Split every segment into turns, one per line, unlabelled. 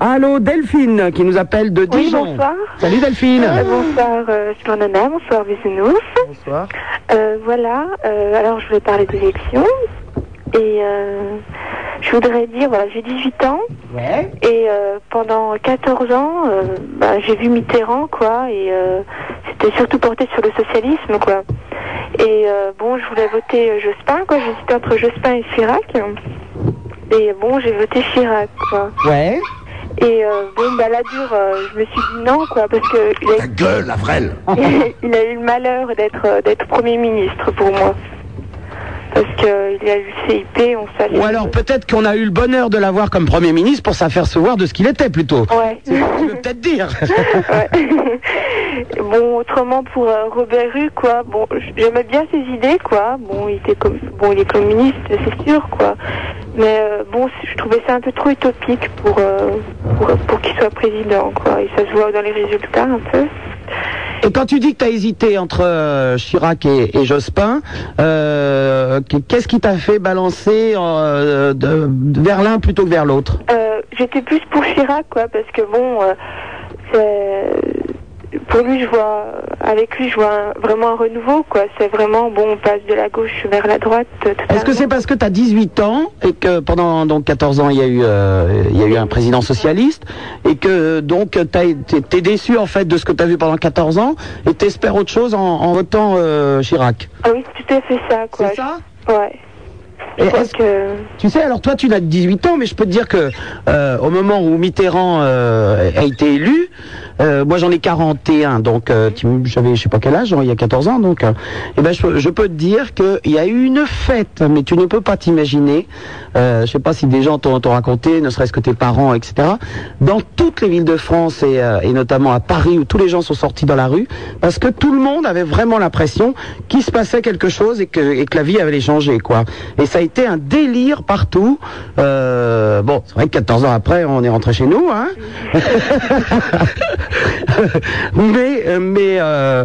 Allô, Delphine, qui nous appelle de
Oui,
Euh, Dijon.
bonsoir.
Salut Delphine.
Euh, bonsoir, euh, Splendana, bonsoir, Bisounours.
Bonsoir.
Euh, voilà, euh, alors je voulais parler d'élections. Et euh, je voudrais dire, voilà, j'ai 18 ans.
Ouais.
Et euh, pendant 14 ans, euh, bah, j'ai vu Mitterrand, quoi, et euh, c'était surtout porté sur le socialisme, quoi. Et euh, bon, je voulais voter euh, Jospin, quoi, j'hésitais entre Jospin et Chirac. Et bon, j'ai voté Chirac, quoi.
Ouais.
Et euh, bon, bah là, dur, euh, je me suis dit non, quoi, parce que il a,
Ta gueule, Avrel
il a eu le malheur d'être euh, d'être Premier ministre pour moi. Parce qu'il a eu le CIP, on savait.
Ou alors peut-être qu'on a eu le bonheur de l'avoir comme Premier ministre pour s'apercevoir de ce qu'il était plutôt.
Ouais.
Tu veux peut-être dire.
Ouais. bon, autrement pour euh, Robert Rue, quoi. Bon, j- j'aimais bien ses idées, quoi. Bon, il était comme, bon, il est communiste, c'est sûr, quoi. Mais euh, bon, c- je trouvais ça un peu trop utopique pour euh, pour, pour qu'il soit président, quoi. Et ça se voit dans les résultats un peu.
Et quand tu dis que tu as hésité entre euh, Chirac et, et Jospin, euh, qu'est-ce qui t'a fait balancer euh, de- vers l'un plutôt que vers l'autre
Euh, J'étais plus pour Chirac, quoi, parce que bon, euh, c'est- pour lui, je vois, avec lui, je vois un- vraiment un renouveau, quoi. C'est vraiment, bon, on passe de la gauche vers la droite. euh,
Est-ce que
totalement.
c'est parce que tu as 18 ans et que pendant donc 14 ans il y a eu euh, il y a eu un président socialiste et que donc t'as été- t'es déçu en fait de ce que tu as vu pendant 14 ans et t'espères autre chose en, en votant euh, Chirac.
Ah oui, c'est tout à fait ça, quoi.
C'est ça
Ouais.
Et
Je crois
est-ce
que...
Tu sais, alors toi, tu n'as que 18 ans, mais je peux te dire que euh, au moment où Mitterrand euh, a été élu, euh, moi j'en ai 41, donc euh, tu- j'avais, je sais pas quel âge, hein, il y a 14 ans, donc. et ben, je, je peux te dire qu'il y a eu une fête, mais tu ne peux pas t'imaginer. Euh, je sais pas si des gens t'ont t'ont raconté, ne serait-ce que tes parents, etc. Dans toutes les villes de France et, euh, et notamment à Paris, où tous les gens sont sortis dans la rue, parce que tout le monde avait vraiment l'impression qu'il se passait quelque chose et que, et que la vie avait changé, quoi. Et ça a été un délire partout. Euh, bon, c'est vrai que 14 ans après, on est rentré chez nous, hein. mais euh, mais euh,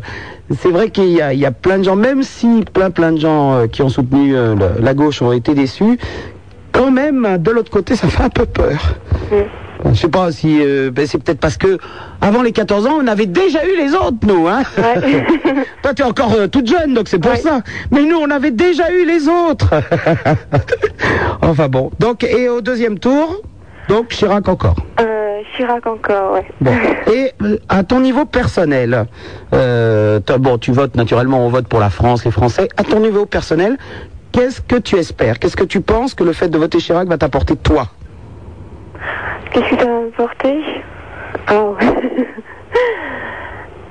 c'est vrai qu'il y a, il y a plein de gens, même si plein plein de gens euh, qui ont soutenu euh, le- la gauche ont été déçus, quand même, de l'autre côté, ça fait un peu peur. Je sais pas si euh, ben, c'est peut-être parce que avant les 14 ans, on avait déjà eu les autres, nous, hein.
Ouais.
Toi, t'es encore euh, toute jeune, donc c'est pour
Ouais.
ça. Mais nous, on avait déjà eu les autres. enfin bon. Donc, et au deuxième tour, donc Chirac encore.
euh, Chirac encore, ouais.
Bon. Et euh, à ton niveau personnel, euh, t'as- bon, tu votes naturellement, on vote pour la France, les Français. À ton niveau personnel, qu'est-ce que tu espères Qu'est-ce que tu penses que le fait de voter Chirac va t'apporter toi
Qu'est-ce que t'as apporté Oh.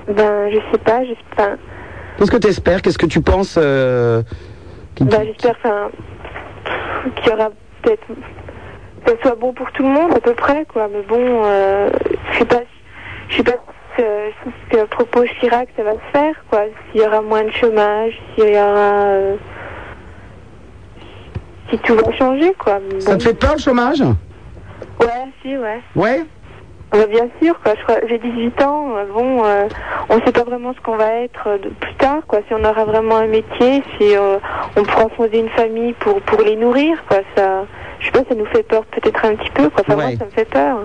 ben, je sais pas, j'espère...
Qu'est-ce que tu espères Qu'est-ce que tu penses euh, qui-
Ben, j'espère enfin, qu'il y aura peut-être... que ça soit bon pour tout le monde, à peu près, quoi. Mais bon, euh, je sais pas... Je sais pas si ce si ce que propose Chirac, ça va se faire, quoi. S'il y aura moins de chômage, s'il y aura... euh, si tout va changer, quoi. Mais
Ça
bon.
te fait peur le chômage
Ouais, si, ouais.
Ouais
Bah, bien sûr, quoi. Je crois- J'ai 18 ans. euh, Bon, euh, on ne sait pas vraiment ce qu'on va être euh, de- plus tard, quoi. Si on aura vraiment un métier, si euh, on pourra fonder une famille pour pour les nourrir, quoi. Ça, je sais pas, ça nous fait peur peut-être un petit peu, quoi. Enfin,
Ouais.
moi, ça me fait peur.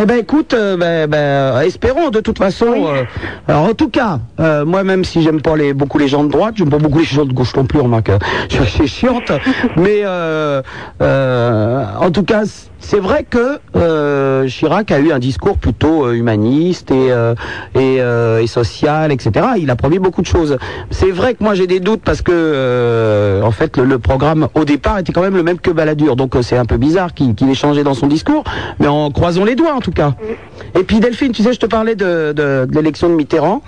Eh ben écoute, euh, ben, ben, euh, espérons de toute façon.
Oui.
euh, alors en tout cas, euh, moi même si j'aime pas les, beaucoup les gens de droite, j'aime pas beaucoup les gens de gauche non plus, remarque. euh, Je suis chiante, mais euh, euh, en tout cas, c- c'est vrai que euh, Chirac a eu un discours plutôt euh, humaniste et euh, et, euh, et social, etc. Il a promis beaucoup de choses. C'est vrai que moi j'ai des doutes parce que euh, en fait le, le programme au départ était quand même le même que Balladur, donc euh, c'est un peu bizarre qu'il qu'il ait changé dans son discours, mais en croisons les doigts en tout cas. Et puis Delphine, tu sais, je te parlais de, de, de l'élection de Mitterrand.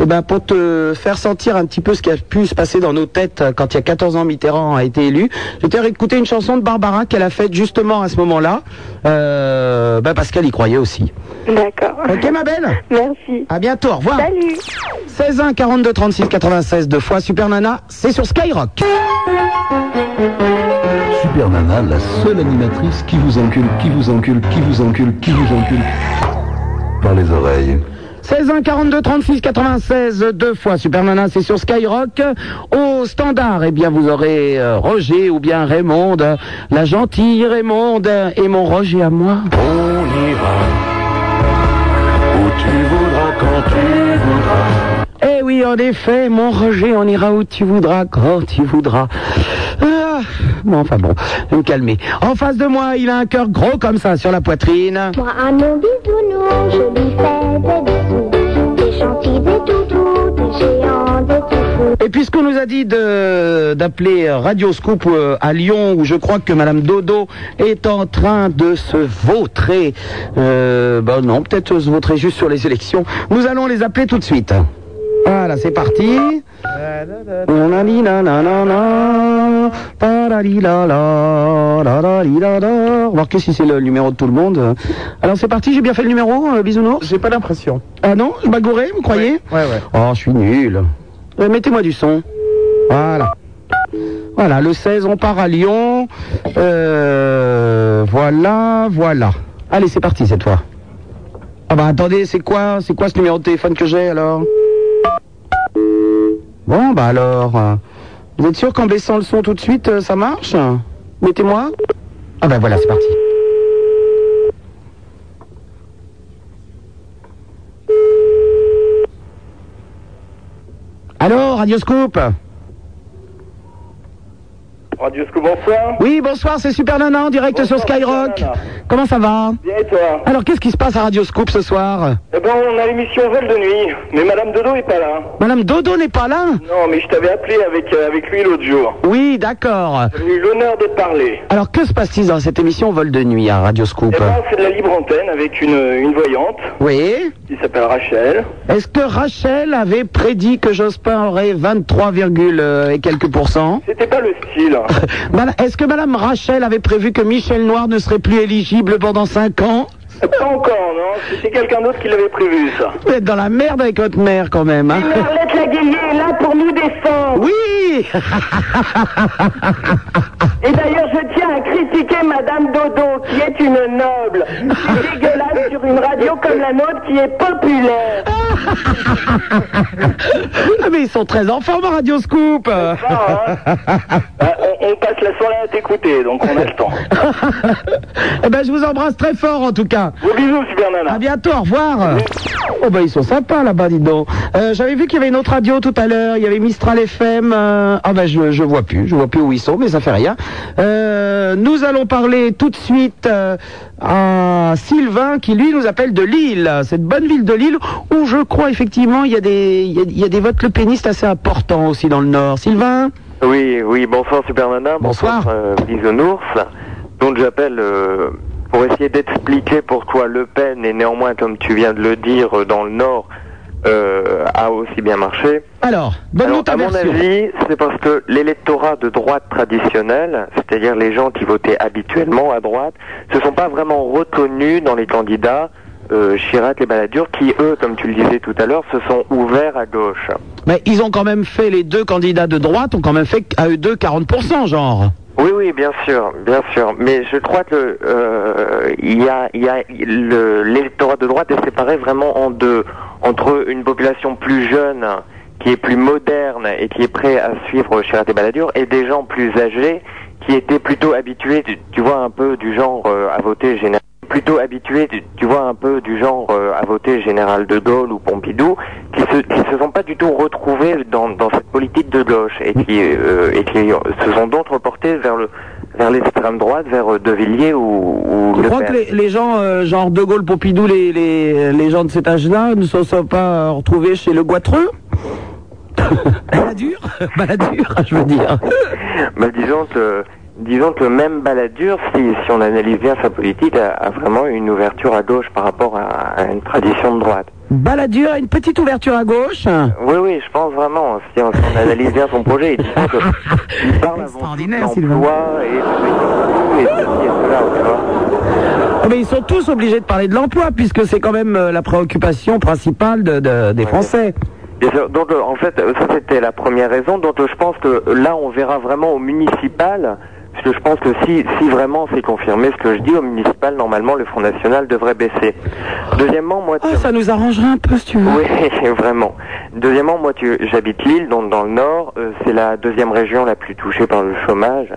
Et ben pour te faire sentir un petit peu ce qui a pu se passer dans nos têtes euh, quand il y a 14 ans Mitterrand a été élu, je t'ai réécouté une chanson de Barbara qu'elle a faite justement à ce moment-là, euh, ben parce qu'elle y croyait aussi.
D'accord.
Ok ma belle,
Merci.
à bientôt, au revoir.
Salut.
16 1 42 36 96 deux fois Super Nana, c'est sur Skyrock.
Super Nana, la seule animatrice qui vous encule, qui vous encule, qui vous encule, qui vous encule. Par les oreilles.
16 1 42 36 96 deux fois Super Nana c'est sur Skyrock au standard eh bien vous aurez euh, Roger ou bien Raymond euh, la gentille Raymond euh, et mon Roger à moi
On ira où tu voudras quand tu voudras.
Eh oui, en effet, mon Roger, on ira où tu voudras, quand tu voudras. Ah, bon, enfin bon, je vais me calmer. En face de moi, il a un cœur gros comme ça sur la poitrine.
Moi, à mon bisounours, je lui fais des bisous. Des gentils, des toutous, des géants, des toutous.
Et puisqu'on nous a dit de- d'appeler euh, Radio Scoop euh, à Lyon, où je crois que Madame Dodo est en train de se vautrer, euh, ben non, peut-être se vautrer juste sur les élections, nous allons les appeler tout de suite. Voilà, c'est parti. Nananina, paralilala, lalarilala. Remarquez si c'est le numéro de tout le monde. Alors c'est parti, j'ai bien fait le numéro, euh, bisounours
J'ai pas l'impression.
Ah non, je m'agourais, vous croyez
Ouais, ouais.
Oh, je suis nul. Euh, Mettez-moi du son. Voilà. Voilà, le 16, on part à Lyon. Euh, voilà, voilà. Allez, c'est parti cette fois. Ah bah attendez, c'est quoi C'est quoi ce numéro de téléphone que j'ai alors Bon bah alors. euh, Vous êtes sûr qu'en baissant le son tout de suite, euh, ça marche Mettez-moi Ah bah voilà, c'est parti. Allô, Radioscope
Radio Scoop, bonsoir.
Oui, bonsoir, c'est Super Nana en direct
Bonsoir,
sur Skyrock.
Super Nana.
Comment ça va
Bien et toi
Alors, qu'est-ce qui se passe à Radioscope ce soir
Eh ben, on a l'émission Vol de nuit, mais Madame Dodo est pas là.
Madame Dodo n'est pas là
Non, mais je t'avais appelé avec, euh, avec lui l'autre jour.
Oui, d'accord.
J'ai eu l'honneur de te parler.
Alors, que se passe-t-il dans cette émission Vol de nuit à Radioscoop
Eh ben, c'est de la libre antenne avec une, une voyante
Oui.
qui s'appelle Rachel.
Est-ce que Rachel avait prédit que Jospin aurait 23, euh, et quelques pourcents
C'était pas le style.
Mad- Est-ce que Madame Rachel avait prévu que Michel Noir ne serait plus éligible pendant 5 ans
pas encore, non C'était quelqu'un d'autre qui l'avait prévu, ça.
Vous êtes dans la merde avec votre mère quand même. hein.
Arlette Lagayer est là pour nous défendre.
Oui
Et d'ailleurs, je tiens à critiquer Madame Dodo, qui est une noble. C'est dégueulasse sur une radio comme la nôtre, qui est populaire.
Ah, Mais ils sont très en forme à Radio Scoop
Ah, hein. Ah, on, on passe la soirée à t'écouter, donc on a le temps.
Eh ben, je vous embrasse très fort en tout cas.
Gros bisous, Super Nana.
À bientôt, au revoir. Oh ben ils sont sympas là-bas, dis donc. Euh, J'avais vu qu'il y avait une autre radio tout à l'heure. Il y avait Mistral FM. euh, Ah ben je je vois plus, je vois plus où ils sont, mais ça fait rien. Euh, nous allons parler tout de suite euh, à Sylvain qui lui nous appelle de Lille, cette bonne ville de Lille où je crois effectivement il y a des il y a- il y, a des votes lepénistes assez importants aussi dans le Nord. Sylvain.
Oui, oui, bonsoir Supernana,
Bonsoir.
euh, Bisounours. Donc j'appelle euh, pour essayer d'expliquer pourquoi Le Pen et néanmoins, comme tu viens de le dire, euh, dans le Nord, euh, a aussi bien marché.
Alors, donne-nous
Alors,
ta
à mon
version.
avis, c'est parce que l'électorat de droite traditionnel, c'est-à-dire les gens qui votaient habituellement à droite, se sont pas vraiment reconnus dans les candidats euh, Chirac et Balladur, qui eux, comme tu le disais tout à l'heure, se sont ouverts à gauche.
Mais ils ont quand même fait les deux candidats de droite ont quand même fait à eux deux 40 genre.
Oui, oui, bien sûr, bien sûr. Mais je crois que euh, il y a, il y a le- l'électorat de droite est séparé vraiment en deux, entre une population plus jeune qui est plus moderne et qui est prêt à suivre Chirac et Balladur, et des gens plus âgés qui étaient plutôt habitués, tu, tu vois, un peu du genre euh, à voter général, plutôt habitués, tu, tu vois, un peu du genre euh, à voter général de Gaulle ou Pompidou, qui se, qui se sont pas du tout retrouvés dans, dans cette politique de gauche et qui, euh, et qui se sont donc reportés vers le vers l'extrême droite, vers euh, De Villiers ou, ou
Je
Le
crois que
Pen.
les, les gens, euh, genre De Gaulle, Pompidou, les, les, les gens de cet âge-là ne se sont pas euh, retrouvés chez le goitreux Balladur Balladur, je veux dire.
Bah, disons que disons que même Balladur, si, si on analyse bien sa politique, a, a vraiment une ouverture à gauche par rapport à, à une tradition de droite.
Balladur a une petite ouverture à gauche.
Oui, oui, je pense vraiment. hein, Si on, si on analyse bien son projet, il, dit que, il parle avant tout
Extraordinaire, Sylvain.
d'emploi et, de- et, de- et, de- et de cela, tu vois.
Ah, Mais ils sont tous obligés de parler de l'emploi, puisque c'est quand même euh, la préoccupation principale de, de- des Français.
Bien sûr. Donc euh, en fait, euh, ça c'était la première raison. Donc euh, je pense que euh, là, on verra vraiment au municipal parce que je pense que si, si vraiment c'est confirmé ce que je dis au municipal, normalement le Front National devrait baisser. Deuxièmement, moi,
Ah,
tu-
ça nous arrangerait un peu si tu veux.
oui, vraiment. Deuxièmement, moi, tu, j'habite Lille, donc dans le Nord, euh, c'est la deuxième région la plus touchée par le chômage.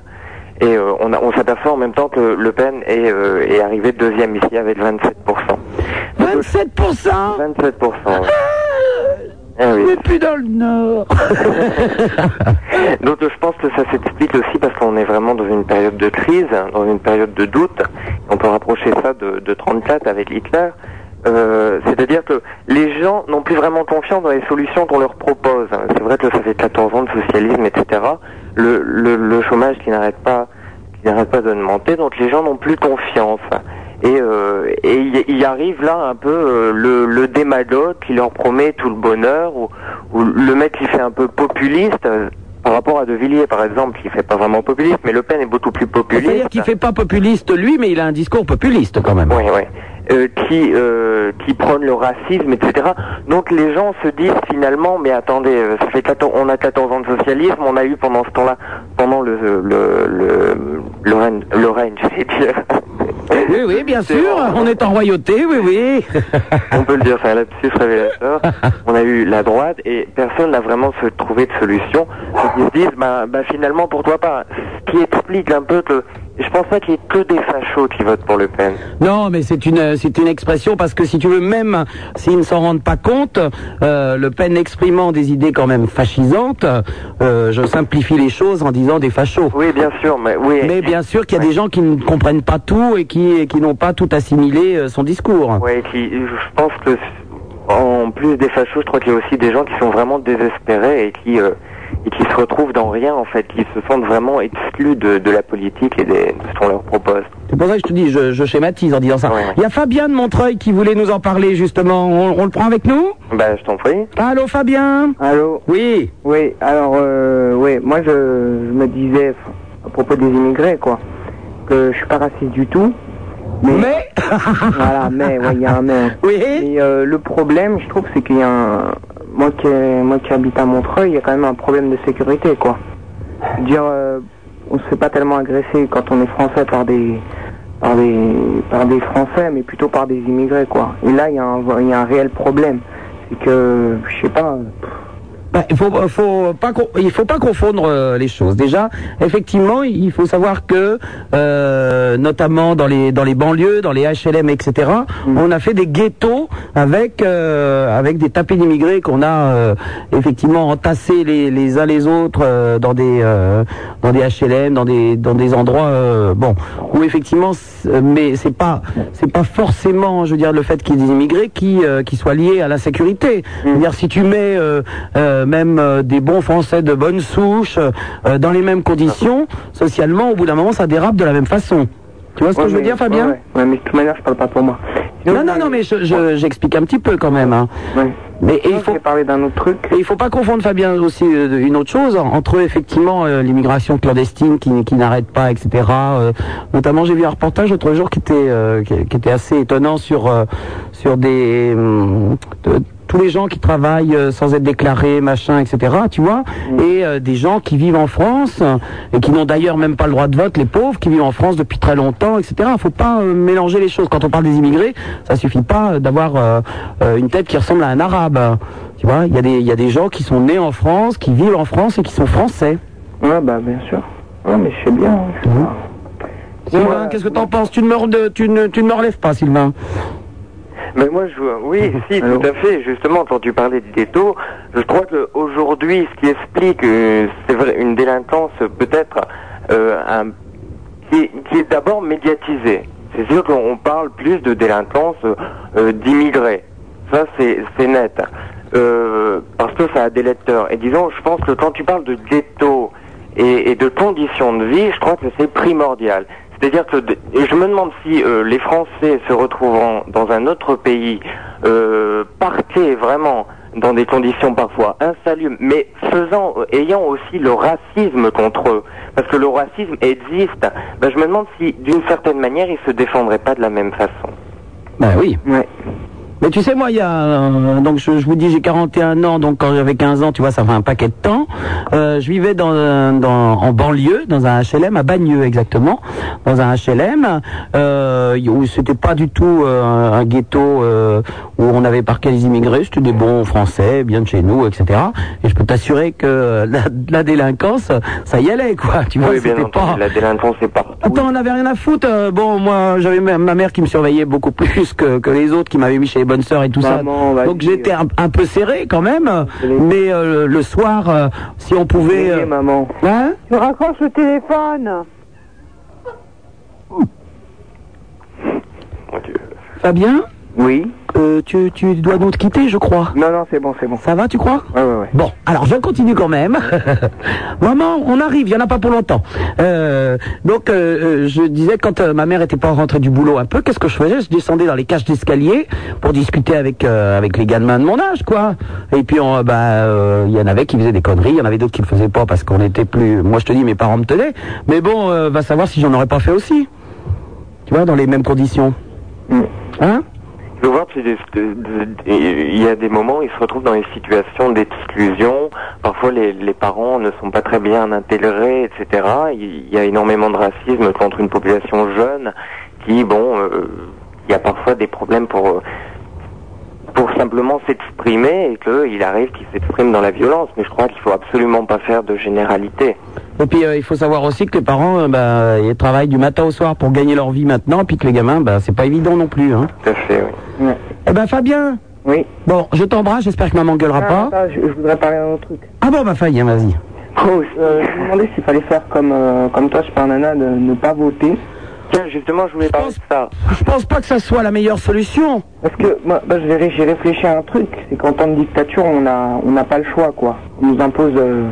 Et euh, on, a- on s'aperçoit en même temps que Le Pen est, euh, est arrivé deuxième ici avec 27%.
27%
27%. ouais. Eh oui.
Ah, Mais plus dans le Nord
Donc euh, je pense que ça s'explique aussi parce qu'on est vraiment dans une période de crise, hein, dans une période de doute. On peut rapprocher ça de, de 34 avec Hitler. Euh, C'est-à-dire que les gens n'ont plus vraiment confiance dans les solutions qu'on leur propose. C'est vrai que ça fait 14 ans de socialisme, etc. Le, le, le chômage qui n'arrête pas, qui n'arrête pas d'augmenter, donc les gens n'ont plus confiance. Et, euh, et il- il arrive là un peu euh, le, le démagogue qui leur promet tout le bonheur ou, ou le mec qui fait un peu populiste euh, par rapport à De Villiers par exemple qui fait pas vraiment populiste mais Le Pen est beaucoup plus populiste.
C'est-à-dire qu'il fait pas populiste lui, mais il a un discours populiste quand même.
Oui, oui. Euh, qui euh, qui prône le racisme, etc. Donc les gens se disent finalement, mais attendez, euh, ça fait 14 on a 14 ans de socialisme, on a eu pendant ce temps-là, pendant le le le le règne, le règne, j'allais dire.
Oui, oui, bien
C'est
sûr,
bon.
on est en royauté, oui, oui.
On peut le dire, c'est un lapsus révélateur. On a eu la droite et personne n'a vraiment se- trouvé de solution. Donc ils se disent, bah, bah finalement, pourquoi pas Ce qui explique un peu que je pense pas qu'il y ait que des fachos qui votent pour Le Pen.
Non, mais c'est une euh, c'est une expression parce que si tu veux, même s'ils ne s'en rendent pas compte, euh, Le Pen exprimant des idées quand même fascisantes, euh, je simplifie les choses en disant des fachos.
Oui, bien sûr, mais oui.
Mais bien sûr qu'il y a des gens qui ne comprennent pas tout et qui et qui n'ont pas tout assimilé euh, son discours.
Ouais, qui, je pense que en plus des fachos, je crois qu'il y a aussi des gens qui sont vraiment désespérés et qui euh, et qui se retrouvent dans rien en fait, qui se sentent vraiment exclus de, de la politique et des, de ce qu'on leur propose.
C'est pour ça que je te dis, je, je schématise en disant ça.
Ouais.
Il y a Fabien de Montreuil qui voulait nous en parler justement. On, on le prend avec nous
Bah, je t'en prie.
Allô, Fabien
Allô
Oui.
Oui, alors, euh, oui, moi je, Euh, je me disais à propos des immigrés, quoi, que je suis pas raciste du tout.
Mais
voilà, mais, ouais, il y a un mais.
oui.
Et euh, le problème, je trouve, c'est qu'il y a un... Moi qui, moi qui habite à Montreuil, il y a quand même un problème de sécurité, quoi. Dire, euh, on se fait pas tellement agresser quand on est français par des... Par des, par des Français, mais plutôt par des immigrés, quoi. Et là, il y, a un- il y a un réel problème. C'est que, je sais pas,
Bah, il faut, faut pas, con- il faut pas confondre euh, les choses. Déjà, effectivement, il faut savoir que, euh, notamment dans les dans les banlieues, dans les HLM, etc., on a fait des ghettos avec euh, avec des tapis d'immigrés qu'on a euh, effectivement entassés les, les uns les autres euh, dans des euh, dans des HLM, dans des dans des endroits euh, bon où effectivement, c'est- euh, mais c'est pas c'est pas forcément, je veux dire, le fait qu'il y ait des immigrés qui euh, qui soit lié à la sécurité. Je veux dire, si tu mets euh, euh, même euh, des bons Français de bonne souche euh, euh, dans les mêmes conditions, socialement, au bout d'un moment, ça dérape de la même façon. Tu vois ce que
Ouais,
je veux
mais-
dire, Fabien
ouais, ouais. Ouais, mais de toute manière, je parle pas pour moi.
Non, non, non, mais je- je- j'explique un petit peu quand même. hein.
Ouais.
Mais et
Et
il faut
parler d'un autre truc.
et il faut pas confondre Fabien aussi euh, une autre chose en- entre effectivement euh, l'immigration clandestine qui, qui n'arrête pas, etc. euh, notamment j'ai vu un reportage l'autre jour qui était euh, qui, qui était assez étonnant sur euh, sur des hum, de- tous les gens qui travaillent euh, sans être déclarés, machin, etc. Tu vois,
Mm.
et euh, des gens qui vivent en France euh, et qui n'ont d'ailleurs même pas le droit de vote, les pauvres qui vivent en France depuis très longtemps, etc. Faut pas euh, mélanger les choses. Quand on parle des immigrés, ça suffit pas euh, d'avoir euh, euh, une tête qui ressemble à un arabe. Tu vois, il y, a des- il y a des gens qui sont nés en France, qui vivent en France et qui sont français.
Ouais, bah, bien sûr. Ouais, mais je sais bien. hein, je sais
Mhm.
pas.
Sylvain, qu'est-ce que t'en penses Tu ne me rede- tu ne, tu ne me relèves pas, Sylvain.
Mais moi, je vois- oui, si,
Alors
tout à fait. Justement, quand tu parlais du ghetto, je crois que aujourd'hui, ce qui explique, euh, c'est vrai, une délinquance euh, peut-être euh, un- qui, est- qui est d'abord médiatisée. C'est sûr qu'on on parle plus de délinquance euh, euh, d'immigrés. Ça, c'est c'est net. Euh, parce que ça a des lecteurs. Et disons, je pense que quand tu parles de ghetto et, et de conditions de vie, je crois que c'est primordial. C'est-à-dire que de- et je me demande si euh, les Français se retrouvant dans un autre pays euh, partaient vraiment dans des conditions parfois insalubres, mais faisant, euh, ayant aussi le racisme contre eux, parce que le racisme existe. Ben, je me demande si, d'une certaine manière, ils se défendraient pas de la même façon.
Ben oui.
Ouais.
Mais tu sais, moi, il y a. euh, donc, je, je vous dis, j'ai 41 ans, donc quand j'avais 15 ans, tu vois, ça fait un paquet de temps. Euh, je vivais dans, un- dans, en banlieue, dans un HLM, à Bagneux exactement, dans un HLM, euh, où c'était pas du tout euh, un ghetto euh, où on avait parqué les immigrés, c'était des bons Français, bien de chez nous, etc. Et je peux t'assurer que la, la délinquance, ça y allait, quoi. Tu vois,
oui, bien
c'était
entendu,
pas.
la délinquance c'est partout.
Attends, on n'avait rien à foutre. euh, bon, moi, j'avais ma, ma mère qui me surveillait beaucoup plus que, que les autres, qui m'avait mis chez les bonnes sœurs et tout
Maman, on
ça.
va
Donc
dire.
j'étais un, un peu serré quand même.
Allez.
Mais euh, le soir, euh, si on pouvait.
Désolé,
euh,
maman.
hein
Je raccroche le téléphone.
Mon Dieu.
Fabien,
Oui
euh, tu, tu dois donc quitter, je crois.
Non, non, c'est bon, c'est bon.
Ça va, tu crois
Ouais, ouais, ouais.
Bon, alors je continue quand même. Maman, on arrive, il n'y en a pas pour longtemps. Euh, donc, euh, euh, je disais, quand euh, ma mère était pas rentrée du boulot un peu, qu'est-ce que je faisais Je descendais dans les cages d'escalier pour discuter avec euh, avec les gamins de mon âge, quoi. Et puis, on, euh, bah, euh, il y en avait qui faisaient des conneries, il y en avait d'autres qui ne faisaient pas parce qu'on était plus... Moi, je te dis, mes parents me tenaient. Mais bon, euh, va savoir si j'en aurais pas fait aussi. Tu vois, dans les mêmes conditions. Hein
Il faut voir, puis des- de- de- de- il y a des moments où ils se retrouvent dans les situations d'exclusion. Parfois, les, les parents ne sont pas très bien intégrés, etc. Il y a énormément de racisme contre une population jeune qui, bon, euh, il y a parfois des problèmes pour pour simplement s'exprimer et qu'il arrive qu'ils s'expriment dans la violence. Mais je crois qu'il faut absolument pas faire de généralité.
Et puis euh, il faut savoir aussi que les parents euh, bah, ils travaillent du matin au soir pour gagner leur vie maintenant, puis que les gamins, bah, c'est pas évident non plus. Hein.
Tout à fait, oui.
Eh ben Fabien,
Oui.
bon, je t'embrasse, j'espère que maman gueulera
Ah,
pas.
attends, je, je voudrais parler d'un autre truc.
Ah bon, bah Fabien, vas-y.
Oh, euh, je me demandais s'il fallait faire comme, euh, comme toi, super nana, de ne pas voter.
Tiens, justement, je voulais parler de ça.
Je pense pas que ça soit la meilleure solution.
Parce que moi, bah, moi, je verrais- j'ai réfléchi à un truc, c'est qu'en temps de dictature, on a on n'a pas le choix, quoi. On nous impose, euh,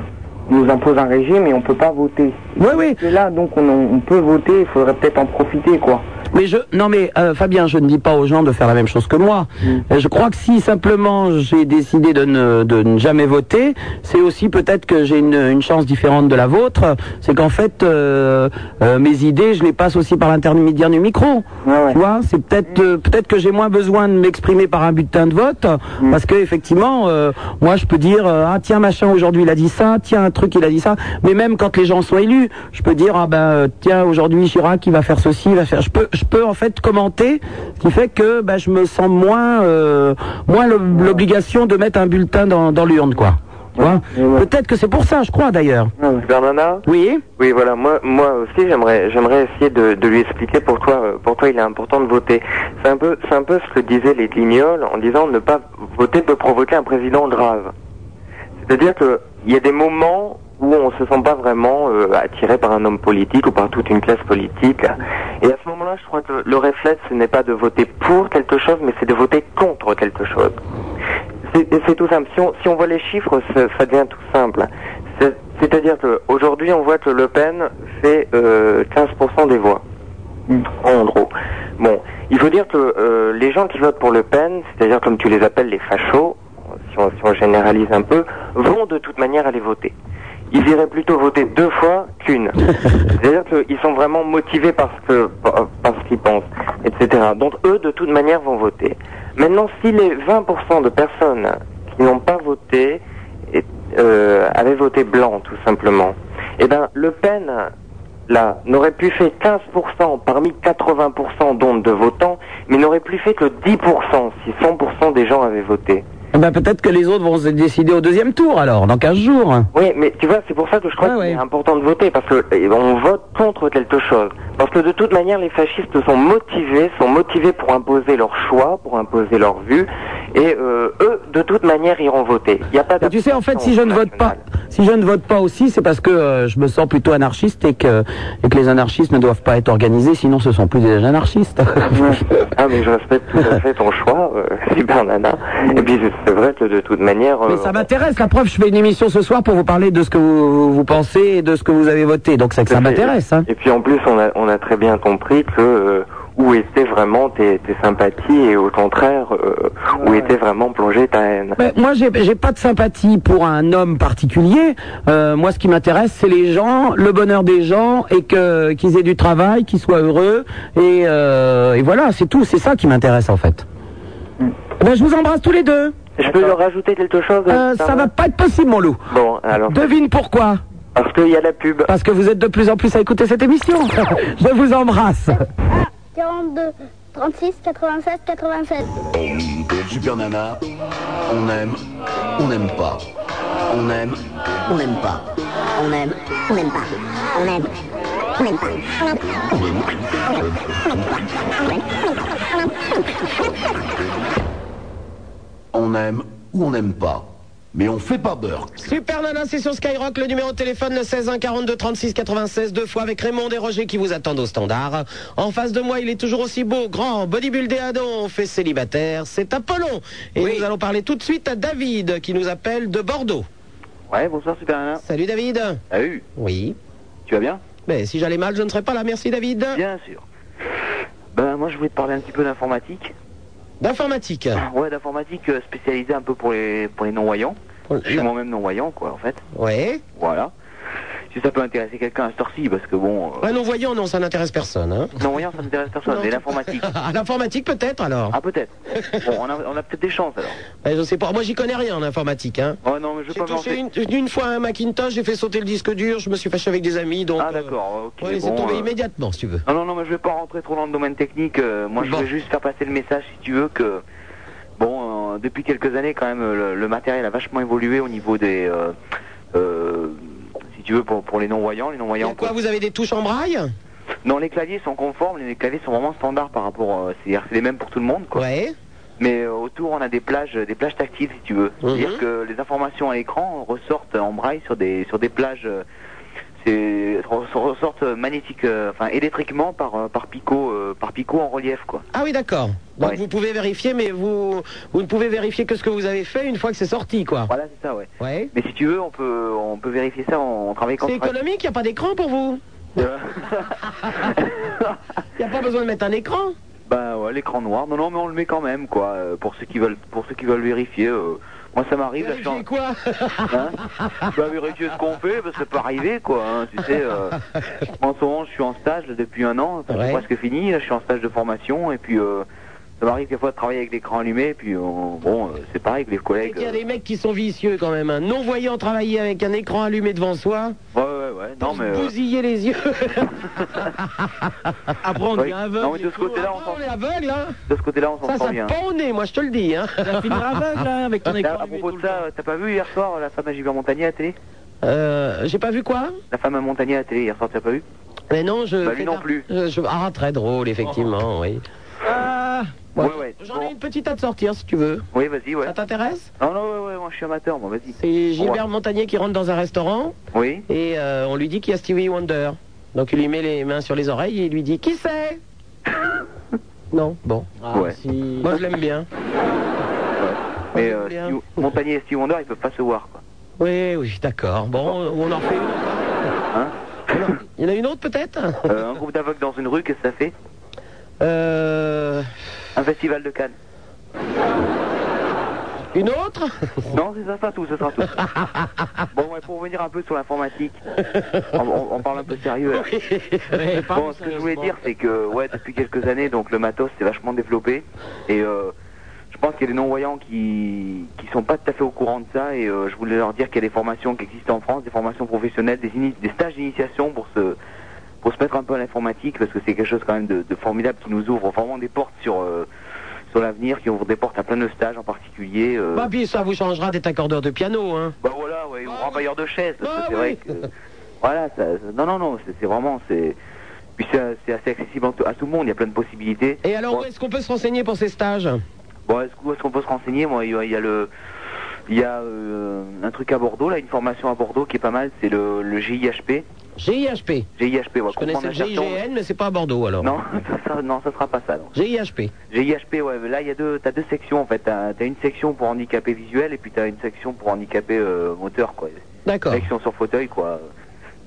on nous impose un régime et on peut pas voter.
Oui, oui.
Et là, donc, on, on peut voter, il faudrait peut-être en profiter, quoi.
Mais je, non mais euh, Fabien, je ne dis pas aux gens de faire la même chose que moi.
Mm.
Euh, Je crois que si simplement j'ai décidé de ne, de ne jamais voter, c'est aussi peut-être que j'ai une, une chance différente de la vôtre. C'est qu'en fait, euh, euh, mes idées, je les passe aussi par l'intermédiaire du micro.
Ouais, ouais.
Tu vois, c'est peut-être euh, peut-être que j'ai moins besoin de m'exprimer par un bulletin de vote
Mm.
parce que effectivement, euh, moi je peux dire euh, ah tiens machin aujourd'hui il a dit ça, tiens un truc il a dit ça, mais même quand les gens sont élus, je peux dire ah ben euh, tiens aujourd'hui Chirac il va faire ceci, il va faire, je peux je peux en fait commenter, ce qui fait que ben, je me sens moins euh, moins l'ob- l'obligation de mettre un bulletin dans dans l'urne quoi. Tu vois
Ouais.
Peut-être que c'est pour ça, je crois d'ailleurs.
Bernana
Oui.
Oui, voilà. Moi, moi aussi, j'aimerais, j'aimerais essayer de, de lui expliquer pourquoi, euh, pourquoi il est important de voter. C'est un peu, c'est un peu ce que disaient les Guignols en disant ne pas voter peut provoquer un président grave. C'est-à-dire que il y a des moments où on se sent pas vraiment euh, attiré par un homme politique ou par toute une classe politique. Et à ce moment-là, je crois que le réflexe ce n'est pas de voter pour quelque chose, mais c'est de voter contre quelque chose. C'est c'est tout simple. Si on, si on voit les chiffres, ça, ça devient tout simple. C'est- C'est-à-dire qu'aujourd'hui, on voit que Le Pen fait euh, 15% des voix. En gros. Bon, il faut dire que euh, les gens qui votent pour Le Pen, c'est-à-dire comme tu les appelles les fachos, si on, si on généralise un peu, vont de toute manière aller voter. Ils iraient plutôt voter deux fois qu'une. C'est-à-dire qu'ils sont vraiment motivés par ce que, par, par ce qu'ils pensent, etc. Donc eux, de toute manière, vont voter. Maintenant, si les 20% de personnes qui n'ont pas voté et, euh, avaient voté blanc, tout simplement, eh ben, Le Pen, là, n'aurait plus fait 15% parmi 80% d'ondes de votants, mais n'aurait plus fait que 10% si 100% des gens avaient voté.
Eh Ben, peut-être que les autres vont se décider au deuxième tour alors, dans 15 jours. hein.
Oui, mais tu vois, c'est pour ça que je crois
Ah ouais.
qu'il est important de voter, parce que eh, on vote contre quelque chose. Parce que de toute manière, les fascistes sont motivés, sont motivés pour imposer leur choix, pour imposer leur vue, et euh, eux, de toute manière, iront voter. Il y a pas
Et tu sais, en fait, si je ne vote pas, si je ne vote pas aussi, c'est parce que euh, je me sens plutôt anarchiste et que, et que les anarchistes ne doivent pas être organisés, sinon ce sont plus des anarchistes.
Ah, mais je respecte tout à fait ton choix, euh, super nana. Et puis, c'est vrai que de toute manière...
Mais
euh,
ça m'intéresse. La preuve, je fais une émission ce soir pour vous parler de ce que vous, vous pensez et de ce que vous avez voté. Donc c'est que ça
Tout à fait.
m'intéresse. Hein.
Et puis en plus, on a, on a très bien compris que euh, où étaient vraiment tes, tes sympathies et au contraire, euh, où était vraiment plongée ta haine.
Mais moi, j'ai j'ai pas de sympathie pour un homme particulier. Euh, moi, ce qui m'intéresse, c'est les gens, le bonheur des gens, et que qu'ils aient du travail,
Mm.
qu'ils soient heureux, et, euh, et voilà, c'est tout. C'est ça qui m'intéresse en fait.
ben, je vous embrasse tous les deux.
Je peux leur rajouter quelque chose
Euh, ça va pas être possible, mon loup.
Bon, alors.
Devine pourquoi
Parce qu'il y a la pub.
Parce que vous êtes de plus en plus à écouter cette émission. je vous embrasse.
42, 36, 96, 87.
Super Nana, on aime, on n'aime pas. On aime, on n'aime pas.
On aime, on n'aime pas. On aime, on n'aime pas. On aime, on n'aime pas.
On aime ou on n'aime pas. Mais on fait pas beurre.
Super Nana, c'est sur Skyrock, le numéro de téléphone le 16 1 42 36 96 deux fois avec Raymond et Roger qui vous attendent au standard. En face de moi, il est toujours aussi beau, grand, bodybuildé à don, fait célibataire, c'est Apollon. Et nous allons parler tout de suite à David qui nous appelle de Bordeaux.
Ouais, bonsoir Super Nana.
Salut David.
Salut,
Oui.
tu vas bien
Mais si j'allais mal, je ne serais pas là. Merci David.
Bien sûr. Ben moi je voulais te parler un petit peu d'informatique.
D'informatique.
Ouais, d'informatique euh, spécialisée un peu pour les pour les non-voyants. Je suis moi-même non-voyant quoi en fait.
Ouais.
Voilà. Si ça peut intéresser quelqu'un à cette heure-ci, parce que bon, euh,
Un non-voyant, non, ça n'intéresse personne. Hein.
non-voyant ça n'intéresse personne, mais l'informatique.
À l'informatique peut-être alors.
Ah peut-être. Bon, on a, on a peut-être des chances alors.
Mais je sais pas. Moi j'y connais rien en informatique. Hein.
Oh non, mais je veux
J'ai
pas me lancer.
touché une, une fois un Macintosh, j'ai fait sauter le disque dur, je me suis fâché avec des amis, donc...
Ah
euh,
d'accord, ok.
ouais, c'est
bon,
tombé
euh,
immédiatement, si tu veux.
Non, non, non, mais je vais pas rentrer trop dans le domaine technique. euh, moi, je
Bon.
vais juste faire passer le message, si tu veux, que bon, euh, depuis quelques années, quand même, le, le matériel a vachement évolué au niveau des, euh, euh, si tu veux, pour, pour les non-voyants, les
Et
non-voyants.
à quoi
quoi.
vous avez des touches en braille
Non, les claviers sont conformes, les claviers sont vraiment standards par rapport, euh, c'est-à-dire c'est les mêmes pour tout le monde, quoi.
Ouais.
Mais euh, autour, on a des plages, des plages tactiles, si tu veux.
Mhm.
C'est-à-dire que les informations à l'écran ressortent en braille sur des sur des plages. euh, c'est ressortent magnétiques, euh, enfin électriquement par euh, par picot euh, par picot en relief quoi.
Ah oui, d'accord. Donc
Ouais.
vous pouvez vérifier, mais vous, vous ne pouvez vérifier que ce que vous avez fait une fois que c'est sorti, quoi.
Voilà c'est ça ouais.
Ouais.
Mais si tu veux on peut on peut vérifier ça en, en travaillant
C'est économique, il n'y a pas d'écran pour vous Il n'y a pas besoin de mettre un écran
Bah ouais l'écran noir. Non non mais on le met quand même quoi euh, pour ceux qui veulent pour ceux qui veulent vérifier. euh, moi ça m'arrive là, je suis en-
Vérifier quoi
Hein bah, vérifier ce qu'on fait, parce que ça peut arriver, quoi. hein, tu sais, euh, en ce moment, je suis en stage là, depuis un an, c'est
Ouais.
presque fini. Là, je suis en stage de formation, et puis euh, ça m'arrive des fois de travailler avec l'écran allumé, et puis euh, bon, euh, c'est pareil que les
Il
collègues.
y a
euh,
des mecs qui sont vicieux quand même. Un non-voyant travailler avec un écran allumé devant soi,
Ouais, ouais, ouais. Non,
se
mais. euh,
bousiller les yeux. Après, on
Oui.
devient aveugle.
Non, mais de
et
ce
tout.
côté-là, on
Ah,
s'en-
est aveugle, hein
de ce côté-là, on
Ça,
s'en
ça
sort bien.
te pend au nez, moi je te le dis. Hein.
aveugle, hein, avec ton
Là,
écran
à
allumé
propos
tout
de
le temps.
ça, euh, t'as pas vu hier soir la femme à Gilbert Montagnier à la télé
Euh, J'ai pas vu quoi
La femme à Montagnier à la télé, hier soir, t'as pas vu
Mais non, je.
Bah, lui
fais
non
pas-
plus.
je- je- Ah, très drôle, effectivement, oui. Ah,
Ouais,
ouais.
ouais.
J'en
Bon.
ai une petite à te sortir si tu veux.
Oui, vas-y, ouais.
Ça t'intéresse
Non, non, ouais, ouais, moi, je suis amateur, moi, vas-y.
C'est Gilbert
Ouais.
Montagnier qui rentre dans un restaurant
Oui
et euh, on lui dit qu'il y a Stevie Wonder. Donc il lui met les mains sur les oreilles et il lui dit Qui c'est Non, bon.
Ah,
Ouais.
Moi je l'aime bien.
Mais
j'aime
euh,
bien.
Steve- Montagnier et Steve Wonder, ils peuvent pas se voir, quoi.
Oui, oui, d'accord. Bon, on en refait une.
Hein
Il y en a une autre peut-être
Euh, un groupe d'aveugles dans une rue, qu'est-ce que ça fait
Euh.
Un festival de Cannes.
Une autre
Non, c'est ça, ça tout, ce sera tout. bon, ouais, pour revenir un peu sur l'informatique, on, on- on parle un peu sérieux. là. Bon, ce que je voulais dire, c'est que, ouais, depuis quelques années, donc le matos s'est vachement développé. Et euh, je pense qu'il y a des non-voyants qui qui sont pas tout à fait au courant de ça. Et euh, je voulais leur dire qu'il y a des formations qui existent en France, des formations professionnelles, des, ini- des stages d'initiation pour se pour se mettre un peu à l'informatique, parce que c'est quelque chose quand même de, de formidable qui nous ouvre vraiment des portes sur euh, sur l'avenir, qui ouvre des portes à plein de stages en particulier. euh,
Bah puis ça vous changera d'être accordeur de piano, hein.
bah voilà, ouais, ou travailleur de chaise, parce que
Ah
c'est
oui.
vrai que... Voilà, ça, ça- non, non, non, c'est c'est vraiment... c'est Puis c'est c'est assez accessible à tout- à tout le monde, il y a plein de possibilités.
Et alors où
Bon,
est-ce qu'on peut se renseigner pour ces stages
bon, est-ce qu'on- est-ce qu'on peut se renseigner Moi, il y a- il y a le... Il y a euh, un truc à Bordeaux, là, une formation à Bordeaux qui est pas mal, c'est le, le GIHP.
GIHP.
GIHP, ouais,
Je connaissais le
comprendre l'insertion.
GIGN, mais c'est pas à Bordeaux alors.
Non, ça, ça- non, ça sera pas ça, non.
GIHP.
GIHP, ouais, là, il y a deux, t'as deux sections, en fait. T'as t'as une section pour handicapés visuels et puis t'as une section pour handicapés euh, moteur, quoi.
D'accord.
Section sur fauteuil, quoi.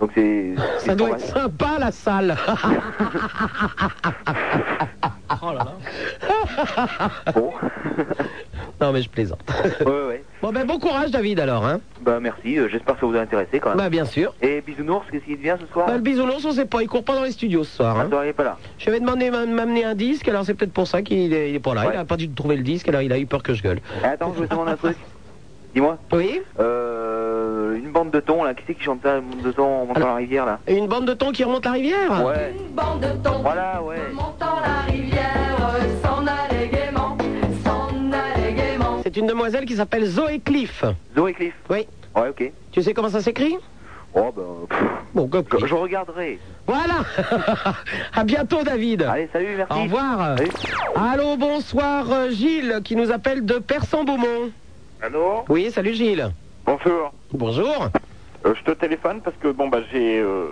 Donc c'est... c'est
Ça
une
doit
formation-
être sympa la salle.
Bon.
Oh non mais je plaisante.
ouais, ouais.
Bon, ben bon courage, David, alors. Hein.
Bah merci, euh, j'espère que ça vous a intéressé quand même.
Bah, bien sûr.
Et bisounours, qu'est-ce qu'il devient ce soir
Bah, le bisounours, on sait pas, il court pas dans les studios ce soir. hein.
Attends, il est pas là.
Je vais demander m'a- m'amener un disque, alors c'est peut-être pour ça qu'il est, Bah, il est pas là.
Ouais. Eh,
Il a pas dû trouver le disque, alors il a eu peur que je gueule.
Attends, je vais te demander un truc. Dis-moi.
Oui
Euh, une bande de thon là, qui c'est qui chante ça, une bande de thon en montant la rivière là
Une bande de thon qui remonte la rivière
Ouais.
Une bande de thon
Voilà, ouais.
montant la rivière euh, s'en allait gaiement, s'en allait gaiement.
C'est une demoiselle qui s'appelle Zoé Cliff.
Zoé Cliff
Oui.
Ouais, ok.
Tu sais comment ça s'écrit
Oh, bah. pff,
Bon, comme
je- je regarderai.
Voilà À bientôt, David
Allez, salut, merci.
Au revoir Allô, bonsoir, euh, Gilles, qui nous appelle de Persan-Beaumont.
Allô
Oui, salut Gilles.
Bonjour.
Bonjour.
Euh, je te téléphone parce que, bon, bah, j'ai. euh,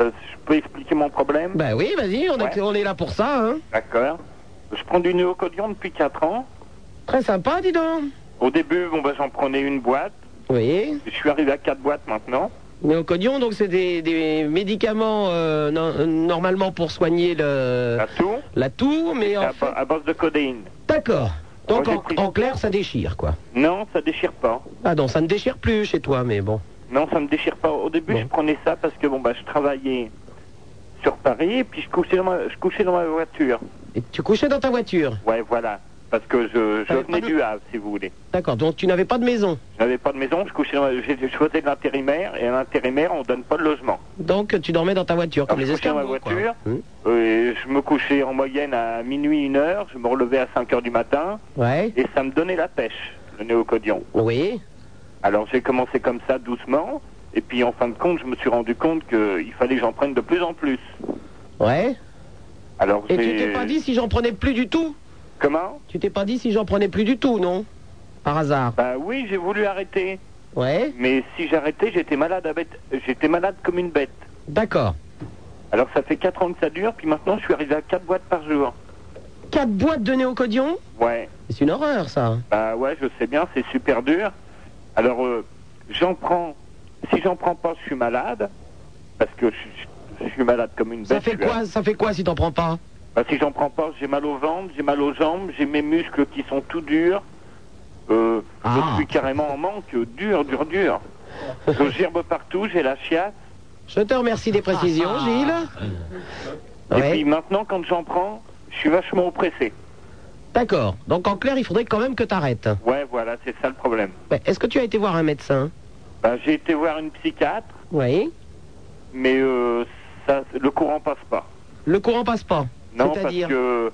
euh, je peux expliquer mon problème
Bah oui, vas-y, on, est-
Ouais.
on est là pour ça, hein.
D'accord. Je prends du néocodion depuis 4 ans.
Très sympa, dis donc.
Au début, bon, bah, j'en prenais une boîte.
Oui.
Je suis arrivé à 4 boîtes maintenant.
Néocodion, donc c'est des, des médicaments euh, no- euh, normalement pour soigner le... la
toux.
La toux, mais en
à,
fait...
ba- à base de codéine.
D'accord. Donc
Moi, j'ai
en,
pris-
en clair, ça déchire, quoi.
Non, ça déchire pas.
Ah non, ça ne déchire plus chez toi, mais bon.
Non, ça me déchire pas. Au début, je prenais ça parce que, bon, bah, je travaillais sur Paris et puis je couchais dans ma, je couchais dans ma voiture.
Et tu couchais dans ta voiture
Ouais, voilà. Parce que je, je venais du Havre, si vous voulez.
D'accord, donc tu n'avais pas de maison.
Je n'avais pas de maison, je couchais dans ma- j'ai- je faisais de l'intérimaire, et à l'intérimaire, on donne pas de logement.
Donc tu dormais dans ta voiture, comme
Ah, je
les
couchais dans ma
escargots. quoi.
voiture, euh, et je me couchais en moyenne à minuit, une heure, je me relevais à 5 heures du matin,
Ouais.
et ça me donnait la pêche, le néocodion.
Oui.
Alors j'ai commencé comme ça, doucement, et puis en fin de compte, je me suis rendu compte qu'il fallait que j'en prenne de plus en plus.
Ouais.
Alors
Et tu
j'ai-
t'es pas dit si j'en prenais plus du tout
Comment
Tu t'es pas dit si j'en prenais plus du tout, non Par hasard.
Bah oui, j'ai voulu arrêter.
Ouais.
Mais si j'arrêtais, j'étais malade à bête. J'étais malade comme une bête.
D'accord.
Alors ça fait 4 ans que ça dure, puis maintenant je suis arrivé à 4 boîtes par jour.
Quatre boîtes de néocodion
Ouais.
C'est une horreur, ça.
Bah ouais, je sais bien, c'est super dur. Alors euh, j'en prends. Si j'en prends pas, je suis malade. Parce que je, je- je suis malade comme une bête.
Ça fait
je suis-
quoi, ça fait quoi si t'en prends pas
Bah, si j'en prends pas, j'ai mal au ventre, j'ai mal aux jambes, j'ai mes muscles qui sont tout durs. Euh,
Ah.
Je suis carrément en manque, euh, dur, dur, dur. Je gerbe partout, j'ai la chiasse. Ah.
Je te remercie des précisions, Gilles.
Et puis maintenant, quand j'en prends, je suis vachement oppressé.
D'accord. Donc en clair, il faudrait quand même que t'arrêtes.
Ouais, voilà, c'est ça le problème.
Ouais. Est-ce que tu as été voir un médecin
Bah, j'ai été voir une psychiatre,
Oui.
mais euh, ça, le courant passe pas.
Le courant passe pas.
Non, parce
C'est-à-dire
que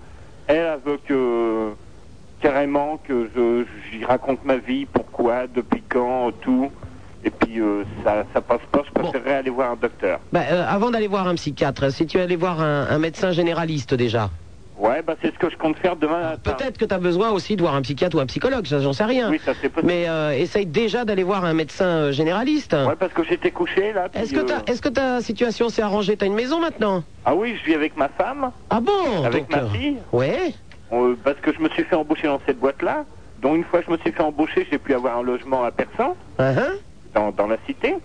elle, elle veut que carrément que je j'y raconte ma vie, pourquoi, depuis quand, tout. Et puis euh, ça, ça passe pas. Je préférerais aller voir un docteur.
Bah, euh, avant d'aller voir un psychiatre, si tu allais voir un, un médecin généraliste déjà,
Ouais, bah c'est ce que je compte faire demain matin.
peut-être que tu as besoin aussi de voir un psychiatre ou un psychologue, ça, j'en sais rien.
Oui, ça c'est possible.
Mais euh, essaye déjà d'aller voir un médecin euh, généraliste.
Ouais, parce que j'étais couché là. puis,
Est-ce que,
euh,
t'as- est-ce que ta situation s'est arrangée T'as une maison maintenant
Ah oui, je vis avec ma femme.
Ah bon
Avec ma fille.
Ouais.
Euh, parce que je me suis fait embaucher dans cette boîte-là. Donc une fois je me suis fait embaucher, j'ai pu avoir un logement à Persan,
Hein
dans, dans la cité.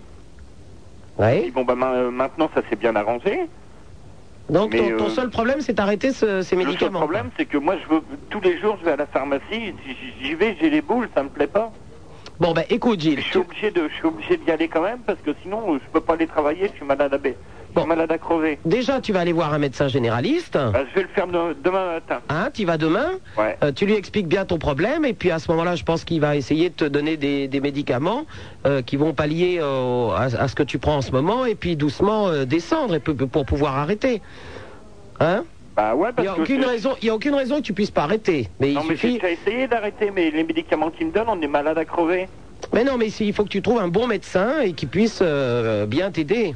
Ouais.
bon bah ma- maintenant ça s'est bien arrangé.
Donc
Mais,
ton, ton
euh,
seul problème, c'est d'arrêter ce- ces
Le seul
médicaments.
problème c'est que moi je veux tous les jours je vais à la pharmacie, j- j'y vais, j'ai les boules, ça me plaît pas.
Bon bah écoute Gilles.
Je suis obligé de, je suis obligé d'y aller quand même parce que sinon euh, je peux pas aller travailler, je suis malade à bé- je suis malade à crever.
Déjà, tu vas aller voir un médecin généraliste.
Bah, je vais le faire de- demain matin.
Hein, tu vas demain.
Ouais.
Euh, tu lui expliques bien ton problème et puis à ce moment-là, je pense qu'il va essayer de te donner des, des médicaments euh, qui vont pallier euh, à, à ce que tu prends en ce moment et puis doucement euh, descendre et peu- peu- pour pouvoir arrêter. Hein
Bah ouais,
il
parce
n'y a,
que
aucune
je-
raison- il y a aucune raison que tu puisses pas arrêter. Mais
non
il
mais j'ai
suffit.
déjà essayé d'arrêter, mais les médicaments qu'ils me donnent, on est malade à crever.
Mais non, mais si- il faut que tu trouves un bon médecin et qui puisse euh, bien t'aider.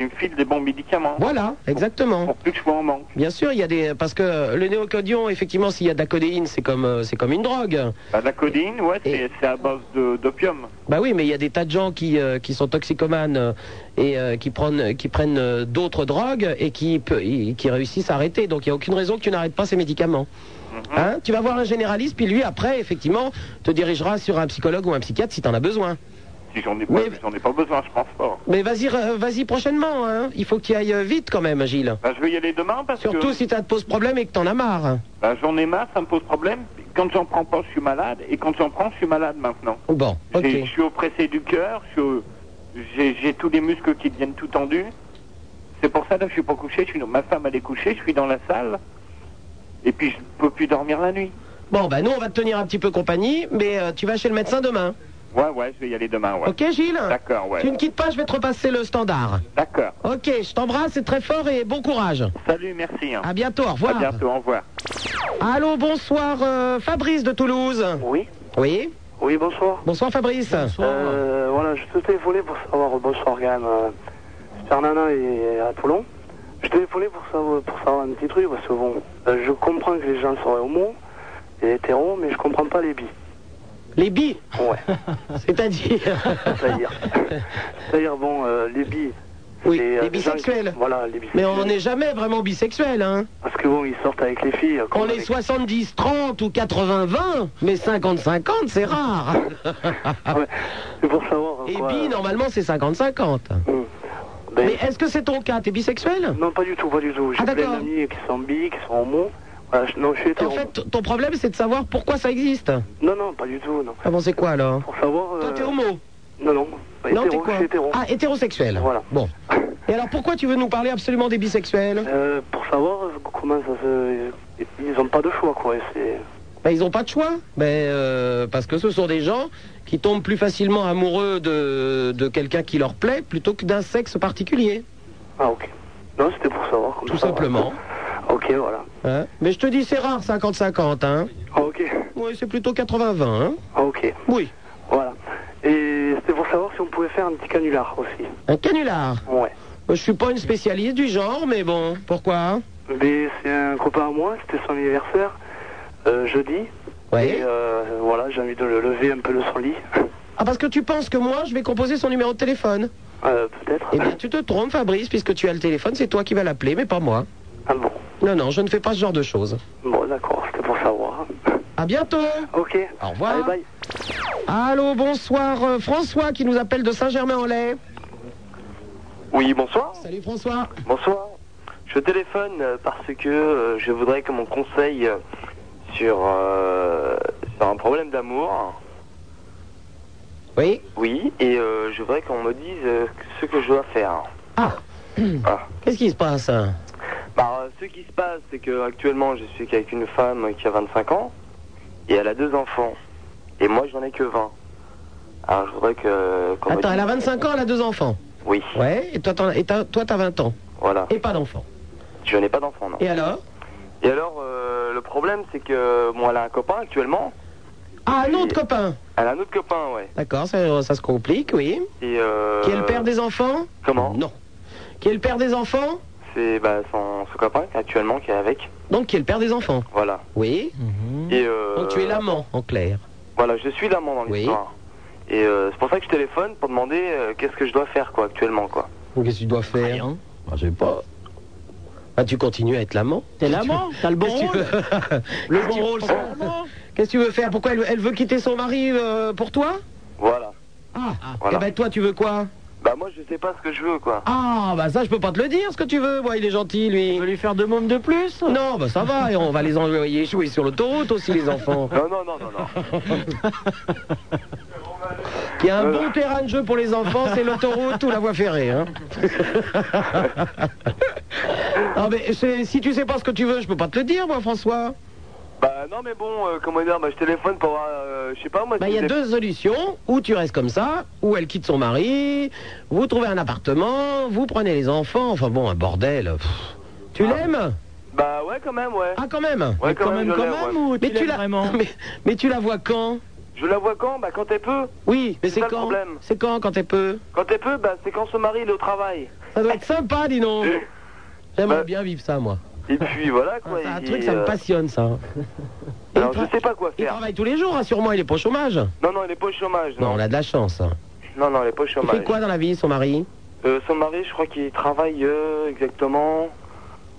Ils me filent des bons médicaments.
Voilà, exactement.
Pour plus que je sois en manque.
Bien sûr, il y a des parce que le néocodion, effectivement, s'il y a de la codéine, c'est comme euh, c'est comme une drogue.
Bah, la codéine, ouais, c'est c'est à base de- d'opium.
Bah oui, mais il y a des tas de gens qui, euh, qui sont toxicomanes euh, et euh, qui prennent, qui prennent euh, d'autres drogues et qui, pe- et qui réussissent à arrêter. Donc il n'y a aucune raison que tu n'arrêtes pas ces médicaments. Hein tu vas voir un généraliste, puis lui, après, effectivement, te dirigera sur un psychologue ou un psychiatre si tu en as besoin.
Si j'en ai, pas- j'en ai pas besoin, je pense pas.
Mais vas-y, re- vas-y prochainement. hein. Il faut qu'il aille euh, vite quand même, Gilles.
Bah, je vais y aller demain parce que.
Surtout si ça te pose problème et que t'en as marre.
Bah, j'en ai marre, ça me pose problème. Quand j'en prends pas, je suis malade. Et quand j'en prends, je suis malade maintenant.
Bon, ok.
J'ai- Je suis oppressé du cœur, je suis au- j'ai j'ai tous les muscles qui deviennent tout tendus. C'est pour ça là, je suis pas couché. Je suis dans- ma femme elle est couchée, je suis dans la salle. Et puis je peux plus dormir la nuit.
Bon, bah nous, on va te tenir un petit peu compagnie, mais euh, tu vas chez le médecin demain.
Ouais, ouais, je vais y aller demain. Ouais.
Ok, Gilles
D'accord, ouais.
Tu ne quittes pas, je vais te repasser le standard.
D'accord.
Ok, je t'embrasse, c'est très fort et bon courage.
Salut, merci. hein.
À bientôt, au revoir.
À bientôt, au revoir.
Allô, bonsoir, euh, Fabrice de Toulouse.
Oui.
Oui.
Oui, bonsoir.
Bonsoir, Fabrice.
Euh, voilà, je te téléphonais pour savoir, bonsoir Gann, euh, Super Nana et à Toulon. Je téléphonais pour savoir, pour savoir un petit truc, parce que bon, euh, je comprends que les gens sont homo et hétéros, mais je comprends pas les bis.
Les bis
Ouais.
C'est-à-dire
C'est-à-dire, c'est-à-dire, bon, euh, les bis.
Oui,
c'est, euh,
les
des gens qui-
bisexuels.
Voilà, les bisexuels.
Mais on n'est jamais vraiment bisexuel, hein.
Parce que bon, ils sortent avec les filles. euh, comme
On est
avec-
70-30 ou 80-20, mais 50-50, c'est rare.
C'est pour savoir. hein,
Et bi, normalement, c'est 50-50.
Hmm.
Mais
Ben,
est-ce que c'est ton cas T'es bisexuel
Non, pas du tout, pas du tout. J'ai
Ah,
plein
d'accord.
d'amis qui sont bi, qui sont homo. Voilà, je- non, je suis
En
hétéro.
fait, t- ton problème, c'est de savoir pourquoi ça existe.
Non, non, pas du tout, non.
Ah bon, c'est quoi alors
Pour savoir. euh,
Toi, t'es homo
Non, non.
Non,
hétéro,
t'es quoi
je suis hétéro.
Ah, hétérosexuel.
Voilà.
Bon. Et alors, pourquoi tu veux nous parler absolument des bisexuels
Euh, pour savoir euh, comment ça se. Ils ont pas de choix, quoi. et c'est-
Ben, ils n'ont pas de choix. Mais, euh, parce que ce sont des gens qui tombent plus facilement amoureux de, de quelqu'un qui leur plaît plutôt que d'un sexe particulier.
Ah, ok. Non, c'était pour savoir. Comme
Tout
ça,
simplement.
voilà. Ok, voilà.
Hein Mais je te dis, c'est rare 50-50. Hein
Ah, ok.
oui, c'est plutôt 80-20. Hein
Ah, ok.
Oui.
Voilà. Et c'était pour savoir si on pouvait faire un petit canular aussi.
Un canular. Euh,
Ouais.
Je suis pas une spécialiste du genre, mais bon, pourquoi
Mais c'est un copain à moi, c'était son anniversaire, euh, jeudi. Et euh, voilà, j'ai envie de le lever un peu de son lit.
Ah, parce que tu penses que moi, je vais composer son numéro de téléphone
Euh, peut-être.
Eh bien, tu te trompes, Fabrice, puisque tu as le téléphone, c'est toi qui vas l'appeler, mais pas moi.
Ah bon
Non, non, je ne fais pas ce genre de choses.
Bon, d'accord, c'était pour savoir.
À bientôt
Ok.
Au revoir
Allez, bye.
Allô, bonsoir, euh, François qui nous appelle de Saint-Germain-en-Laye.
Oui, bonsoir.
Salut François.
Bonsoir. Je téléphone euh, parce que euh, je voudrais que mon conseil euh, sur, euh, sur un problème d'amour.
Oui.
Oui, et euh, je voudrais qu'on me dise euh, ce que je dois faire.
Ah Qu'est-ce qui se passe hein
Bah, euh, ce qui se passe, c'est que actuellement, je suis qu'avec une femme qui a 25 ans et elle a deux enfants. Et moi, j'en ai que 20. Alors, je voudrais que. qu'on me
Attends,
dise-
elle a 25 ans, elle a deux enfants.
Oui.
Ouais, et toi, t'en as- et t'as- toi, t'as 20 ans.
Voilà.
Et pas d'enfant.
Je n'ai pas d'enfant, non.
Et alors
Et alors, euh, le problème, c'est que. Bon, elle a un copain actuellement.
Ah, un autre copain
Elle a un autre copain, ouais.
D'accord, ça, ça se complique, oui.
Et euh,
Qui est le père des enfants
Comment
Non. Qui est le père des enfants
C'est bah, son, son copain actuellement qui est avec.
Donc, qui est le père des enfants
Voilà.
Oui.
Et euh,
Donc, tu es l'amant, en clair.
Voilà, je suis l'amant dans l'histoire. Et euh, c'est pour ça que je téléphone pour demander euh, qu'est-ce que je dois faire quoi actuellement quoi.
Qu'est-ce que tu dois faire Bah, je sais pas. Bah, tu continues à être l'amant. T'es
l'amant T'as le bon rôle
Le bon rôle, c'est Qu'est-ce que tu veux faire Pourquoi elle, elle veut quitter son mari euh, pour toi
Voilà.
Ah,
Voilà.
Eh ben, toi, tu veux quoi
Bah moi je sais pas ce que je veux quoi.
Ah, bah ça, je peux pas te le dire, ce que tu veux. Moi, il est gentil, lui. Tu veux lui faire deux mômes de plus Non, bah ça va, et on va les envoyer jouer sur l'autoroute aussi, les enfants.
Non non non non non.
Il y a un bon
Euh.
terrain de jeu pour les enfants, c'est l'autoroute ou la voie ferrée. Hein. non, Ah, mais c'est- si tu sais pas ce que tu veux, je peux pas te le dire, moi, François.
Bah non mais bon euh, comment dire bah je téléphone pour voir euh, je sais pas moi.
Bah,
si
il y a
j'ai-
deux solutions. Ou tu restes comme ça, ou elle quitte son mari, vous trouvez un appartement, vous prenez les enfants, enfin bon, un bordel. Pff. Tu l'aimes
Bah ouais quand même ouais.
Ah, quand même
Ah. Ouais, quand Quand même, même, je quand l'aime, même, ouais. ou tu
mais tu
l'aimes
la...
vraiment
mais, mais tu la vois quand
Je la vois quand bah quand elle peut.
Oui, mais c'est
ça le
quand
problème.
C'est quand, quand elle peut
Quand elle peut bah c'est quand son mari il est au travail.
Ça doit être sympa, Ah, dis donc J'aimerais
Euh.
bien vivre ça, moi.
Et puis voilà quoi.
Ah, C'est un
et,
truc, ça me
euh,
passionne, ça.
Alors je sais pas quoi
Il
faire.
travaille tous les jours, rassure-moi, il est pas au chômage.
Non non il est pas au chômage
Non,
non.
on a de la chance. hein.
Non non il est pas au
Il
chômage.
fait quoi dans la vie, son mari
Euh, son mari, je crois qu'il travaille euh, exactement.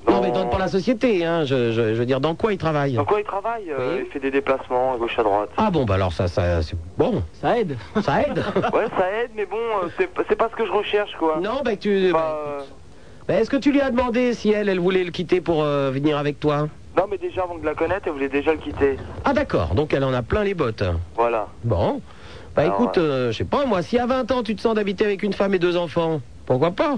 Non, mais dans, pour la société, hein, je, je- je veux dire, dans quoi il travaille
Dans quoi il travaille euh, Il fait des déplacements à gauche à droite.
Ah bon, bah alors ça, ça c'est bon. Ça aide. Ça aide
ouais, ça aide, mais bon, euh, c'est c'est pas ce que je recherche, quoi. euh,
Non, bah tu. Bah, Est-ce que tu lui as demandé si elle, elle voulait le quitter pour euh, venir avec toi
Non, mais déjà, avant de la connaître, elle voulait déjà le quitter.
Ah d'accord, donc elle en a plein les bottes.
Voilà.
Bon. Bah
Alors,
écoute, euh, je sais pas, moi, si à 20 ans tu te sens d'habiter avec une femme et deux enfants, pourquoi pas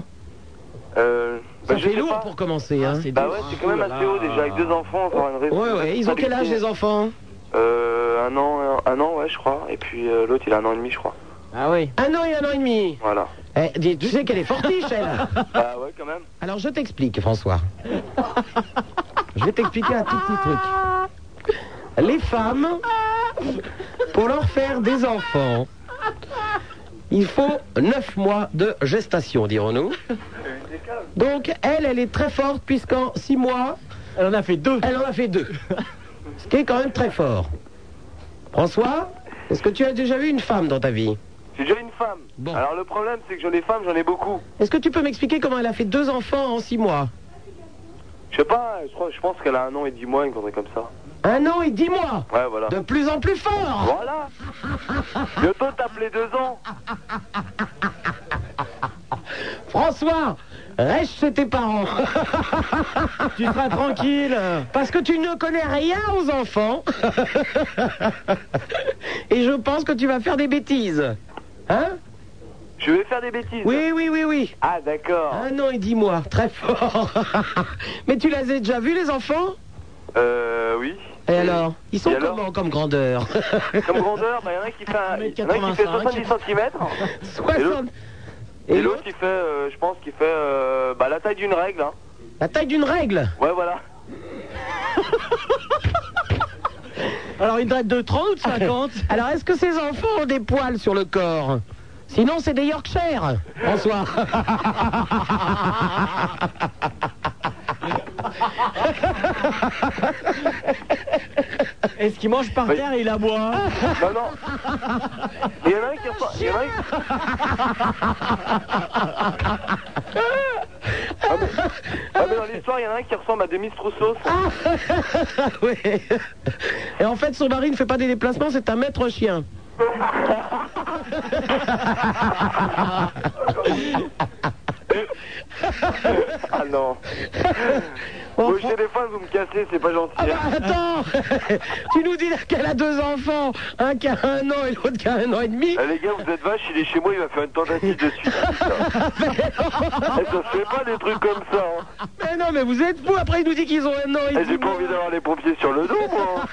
Euh,
Ça
bah, je
fait
sais
lourd
pas.
pour commencer, hein.
Bah ouais, c'est quand même assez haut déjà, avec deux enfants, encore une raison.
Ouais, ouais, ils ont quel âge les enfants
Euh, un an, un, un an, ouais, je crois. Et puis euh, l'autre, il a un an et demi, je crois.
Ah oui. Un an et un an et demi.
Voilà.
Eh, dis- tu sais qu'elle est fortiche, elle.
Bah ouais, quand même.
Alors je t'explique, François. je vais t'expliquer un tout petit truc. Les femmes, pour leur faire des enfants, il faut 9 mois de gestation, dirons-nous. Donc elle, elle est très forte puisqu'en 6 mois... Elle en a fait deux. Elle en a fait deux. Ce qui est quand même très fort. François, est-ce que tu as déjà vu une femme dans ta vie
J'ai déjà une femme. Alors le problème, c'est que j'en ai femmes, j'en ai beaucoup.
Est-ce que tu peux m'expliquer comment elle a fait deux enfants en 6 mois
Je sais pas, je, crois, je pense qu'elle a un an et dix mois, une connerie comme ça.
Un an et 10 mois
Ouais, voilà.
De plus en plus fort
Voilà Bientôt t'appeler deux ans
François, reste chez tes parents. tu seras tranquille. Parce que tu ne connais rien aux enfants. Et je pense que tu vas faire des bêtises. Hein
Je vais faire des bêtises.
Oui, oui, oui, oui.
Ah, d'accord.
Un an et dix mois, très fort. Mais tu les as déjà vus, les enfants
Euh, oui.
Et alors Ils sont
Et alors
comment comme grandeur
Comme grandeur, bah, il y en a un qui fait, un, il y en a un qui fait
hein,
70 cm. Et l'autre qui fait, euh, je pense, qui fait euh, bah, la taille d'une règle. Hein.
La taille d'une règle
Ouais, voilà.
Alors une date de 30 ou de 50 Alors est-ce que ces enfants ont des poils sur le corps Sinon c'est des Yorkshire, François.
Est-ce qu'il mange par terre et il aboie
Bah
Non, non. Il y en a un qui ressemble. il y en a un- Ah, mais- ah, mais dans l'histoire, il y en a un qui ressemble à Demis Trousseau.
Ah. Ouais. Et en fait son mari ne fait pas des déplacements, c'est un maître chien.
Ah non. Au téléphone, vous me cassez, c'est pas gentil.
Ah
hein.
Attends Tu nous dis qu'elle a deux enfants, un qui a un an et l'autre qui a un an et demi.
Eh, les gars, vous êtes vaches, il est chez moi, il va faire une tentative de suicide. putain. Eh, ça se fait pas des trucs comme ça. hein.
Mais non mais vous êtes fous, après il nous dit qu'ils ont un an et
Eh,
demi.
J'ai pas envie d'avoir les pompiers sur le dos, moi.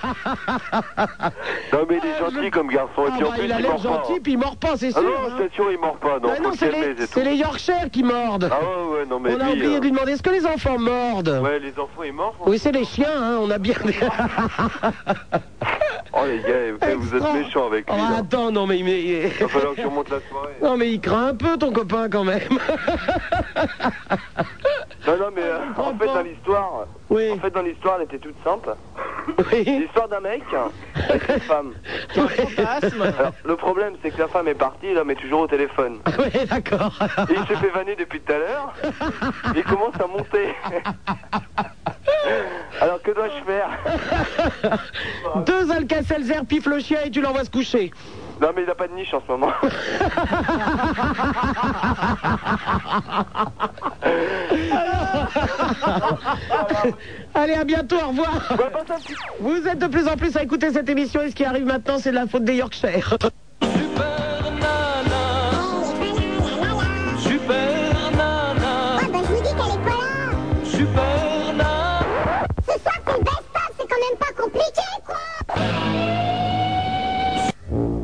Non, mais il est gentil comme garçon. Et
Ah
puis en
bah,
plus,
il a
il
l'air
mord pas.
gentil, puis il mord pas, c'est
Ah
sûr.
non,
hein.
je t'assure, il mord pas. Non,
Bah non,
faut se
c'est
calmer,
les,
c'est
c'est
tout.
les Yorkshire qui mordent.
Ah ouais, ouais, non, mais
On a
lui,
oublié
euh,
de lui demander, est-ce que les enfants mordent
Ouais, les enfants, ils mordent.
Oui, c'est les chiens, hein, on a bien...
Oh, les gars, eh, vous êtes méchants avec lui.
Oh,
là.
attends, non mais... mais...
Il va falloir que je remonte la soirée.
Non mais il craint un peu ton copain quand même. Ah
Non, non, mais euh,
Oh,
en fait, dans l'histoire, en fait, dans l'histoire, elle était toute simple. L'histoire d'un mec avec une femme. Alors, le problème, c'est que la femme est partie, l'homme est toujours au téléphone.
oui, d'accord.
Et il se fait vanner depuis tout à l'heure. Il commence à monter. Alors, que dois-je faire
Deux Alka-Seltzer pifent le chien et tu l'envoies se coucher.
Non, mais il n'a pas de niche en ce moment.
Allez, à bientôt, au revoir. Vous êtes de plus en plus à écouter cette émission et ce qui arrive maintenant, c'est de la faute des Yorkshire.
Super Nana. Ah bah je vous dis qu'elle est pas là. Super Nana. C'est ça qu'on baisse pas, c'est quand même pas compliqué quoi.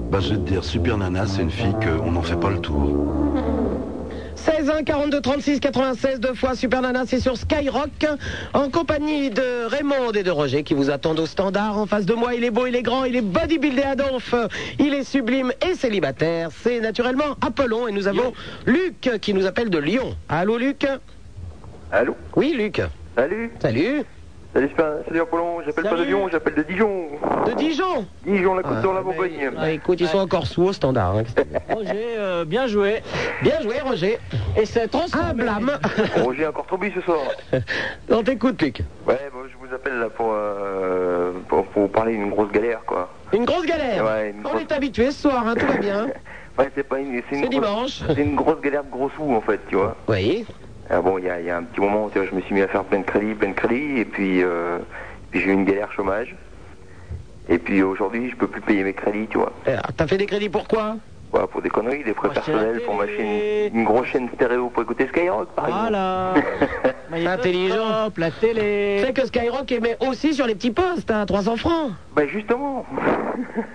Bah, je vais te dire, Super Nana, c'est une fille qu'on n'en fait pas le tour.
16 1 42 36 96 deux fois Super Nana c'est sur Skyrock en compagnie de Raymond et de Roger qui vous attendent au standard en face de moi il est beau il est grand il est bodybuildé à donf il est sublime et célibataire c'est naturellement Apollon et nous avons Luc qui nous appelle de Lyon allô Luc
Allô
oui Luc
Salut
salut
Salut, Spa- salut Apollon, j'appelle pas de Lyon, j'appelle de Dijon.
De Dijon
Dijon, la côte
Ah,
sur la Bourgogne.
Ah, écoute, ils sont encore sous au standard. hein, Christophe.
Roger, euh, bien joué.
Bien joué, Roger. Et c'est transformé. Un blâme.
Roger encore trop bu ce soir.
On t'écoute, Luc.
Ouais, bon, je vous appelle là pour, euh, pour, pour vous parler d'une grosse galère quoi.
Une grosse galère.
Ouais, une
On
grosse-
est habitué ce soir, hein, tout va bien.
Ouais, c'est pas une. C'est une
C'est
grosse- C'est une grosse galère de gros sous en fait, tu vois.
Oui.
Ah bon, il y a, il y a un petit moment, tu vois, je me suis mis à faire plein de crédits, plein de crédits, et puis, euh, puis j'ai eu une galère chômage. Et puis aujourd'hui, je peux plus payer mes crédits, tu vois.
Alors, Eh, ah, T'as fait des crédits pour quoi
Voilà, pour des conneries, des frais personnels, pour ma chaîne, une grosse chaîne stéréo pour écouter Skyrock, par
Ah,
exemple.
Voilà.
Intelligent. La télé. C'est que Skyrock émet aussi sur les petits postes, hein, 300 francs.
Bah justement.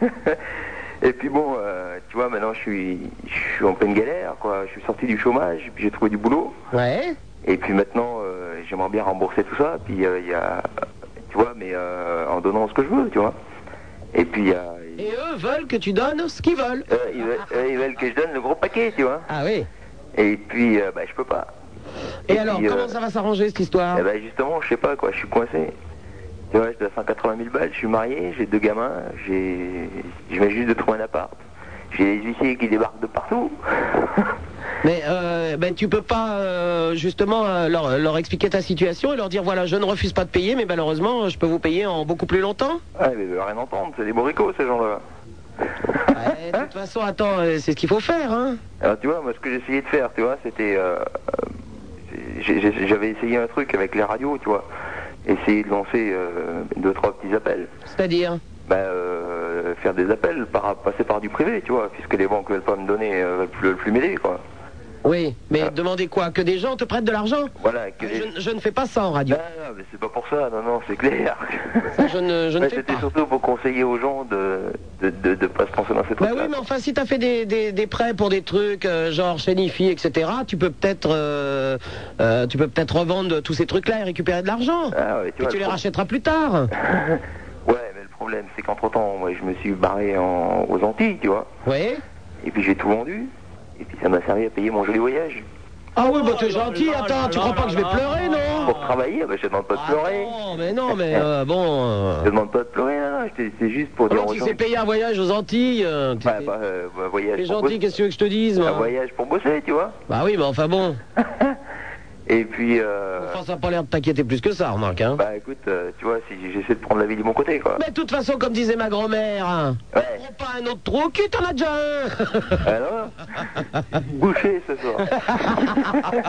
Et puis bon, euh, tu vois, maintenant je suis, je suis en pleine galère, quoi. Je suis sorti du chômage, puis j'ai trouvé du boulot.
Ouais.
Et puis maintenant, euh, j'aimerais bien rembourser tout ça. Puis euh, il y a, tu vois, mais euh, en donnant ce que je veux, tu vois. Et puis il y a-
Et eux veulent que tu donnes ce qu'ils veulent.
euh, ils, veulent, euh, ils veulent que je donne le gros paquet, tu vois.
Ah oui.
Et puis, euh, bah, je peux pas.
Et, alors,
puis, euh,
comment ça va s'arranger cette histoire
Eh ben, justement, je sais pas quoi, je suis coincé. Tu vois, je dois 180 000 balles, je suis marié, j'ai deux gamins, j'ai, je viens juste de trouver un appart. J'ai les huissiers qui débarquent de partout.
Mais euh, ben, tu peux pas euh, justement euh, leur, leur expliquer ta situation et leur dire voilà, je ne refuse pas de payer, mais malheureusement, je peux vous payer en beaucoup plus longtemps
Ah, mais ils veulent rien entendre, c'est des boricots ces gens-là.
Eh, De toute façon, attends, euh, c'est ce qu'il faut faire. Hein.
Alors tu vois, moi ce que j'essayais de faire, tu vois, c'était... euh, j'ai- j'ai- J'avais essayé un truc avec les radios, tu vois. Essayer de lancer euh, deux, trois petits appels.
C'est-à-dire
Bah, euh, faire des appels, par, passer par du privé, tu vois, puisque les banques veulent pas me donner, euh, veulent plus, veulent plus m'aider, quoi.
Oui, mais
Ah.
demander quoi Que des gens te prêtent de l'argent
Voilà, que les-
Ah, je, je ne fais pas ça en radio.
Ah, mais c'est pas pour ça, non, non, c'est clair.
Ça, je ne, je ne
Mais
fais
C'était surtout pour conseiller aux gens de de, de, de pas se lancer dans ces
Bah
trucs-là.
oui, mais enfin, si t'as fait des, des, des prêts pour des trucs euh, genre chez Nifi, etc., tu peux peut-être euh, euh, tu peux peut-être revendre tous ces trucs-là et récupérer de l'argent.
Ah ouais, tu
et
vois,
tu
le
les
pro-
rachèteras plus tard.
Ouais, mais le problème, c'est qu'entre-temps, moi, je me suis barré en- aux Antilles, tu vois.
Oui.
Et puis j'ai tout vendu. Et puis ça m'a servi à payer mon joli voyage.
Ah oui,
oh
bah t'es gentil, attends, tu crois pas que je vais pleurer, non Ah
Pour travailler, bah, je te demande pas de pleurer.
Non, mais non, mais euh, bon... euh,
Je te demande pas de pleurer, non, non, je t'ai- c'est juste pour dire
Comment
aux
tu
gens...
sais payer un voyage aux Antilles euh, t'es-
Bah, bah, euh, bah, voyage
T'es
pour
gentil,
bosser.
qu'est-ce que tu veux que je te dise
Un
moi
voyage pour bosser, tu vois.
Bah oui, mais enfin bon,
Et puis, euh,
enfin, ça n'a pas l'air de t'inquiéter plus que ça, remarque, hein
bah écoute, euh, tu vois, si j'essaie de prendre la vie de mon côté, quoi.
Mais de toute façon, comme disait ma grand-mère, hein,
Ouais.
prends pas un autre trou au cul, t'en as déjà un
Alors Ah Boucher ce soir.
Ouais,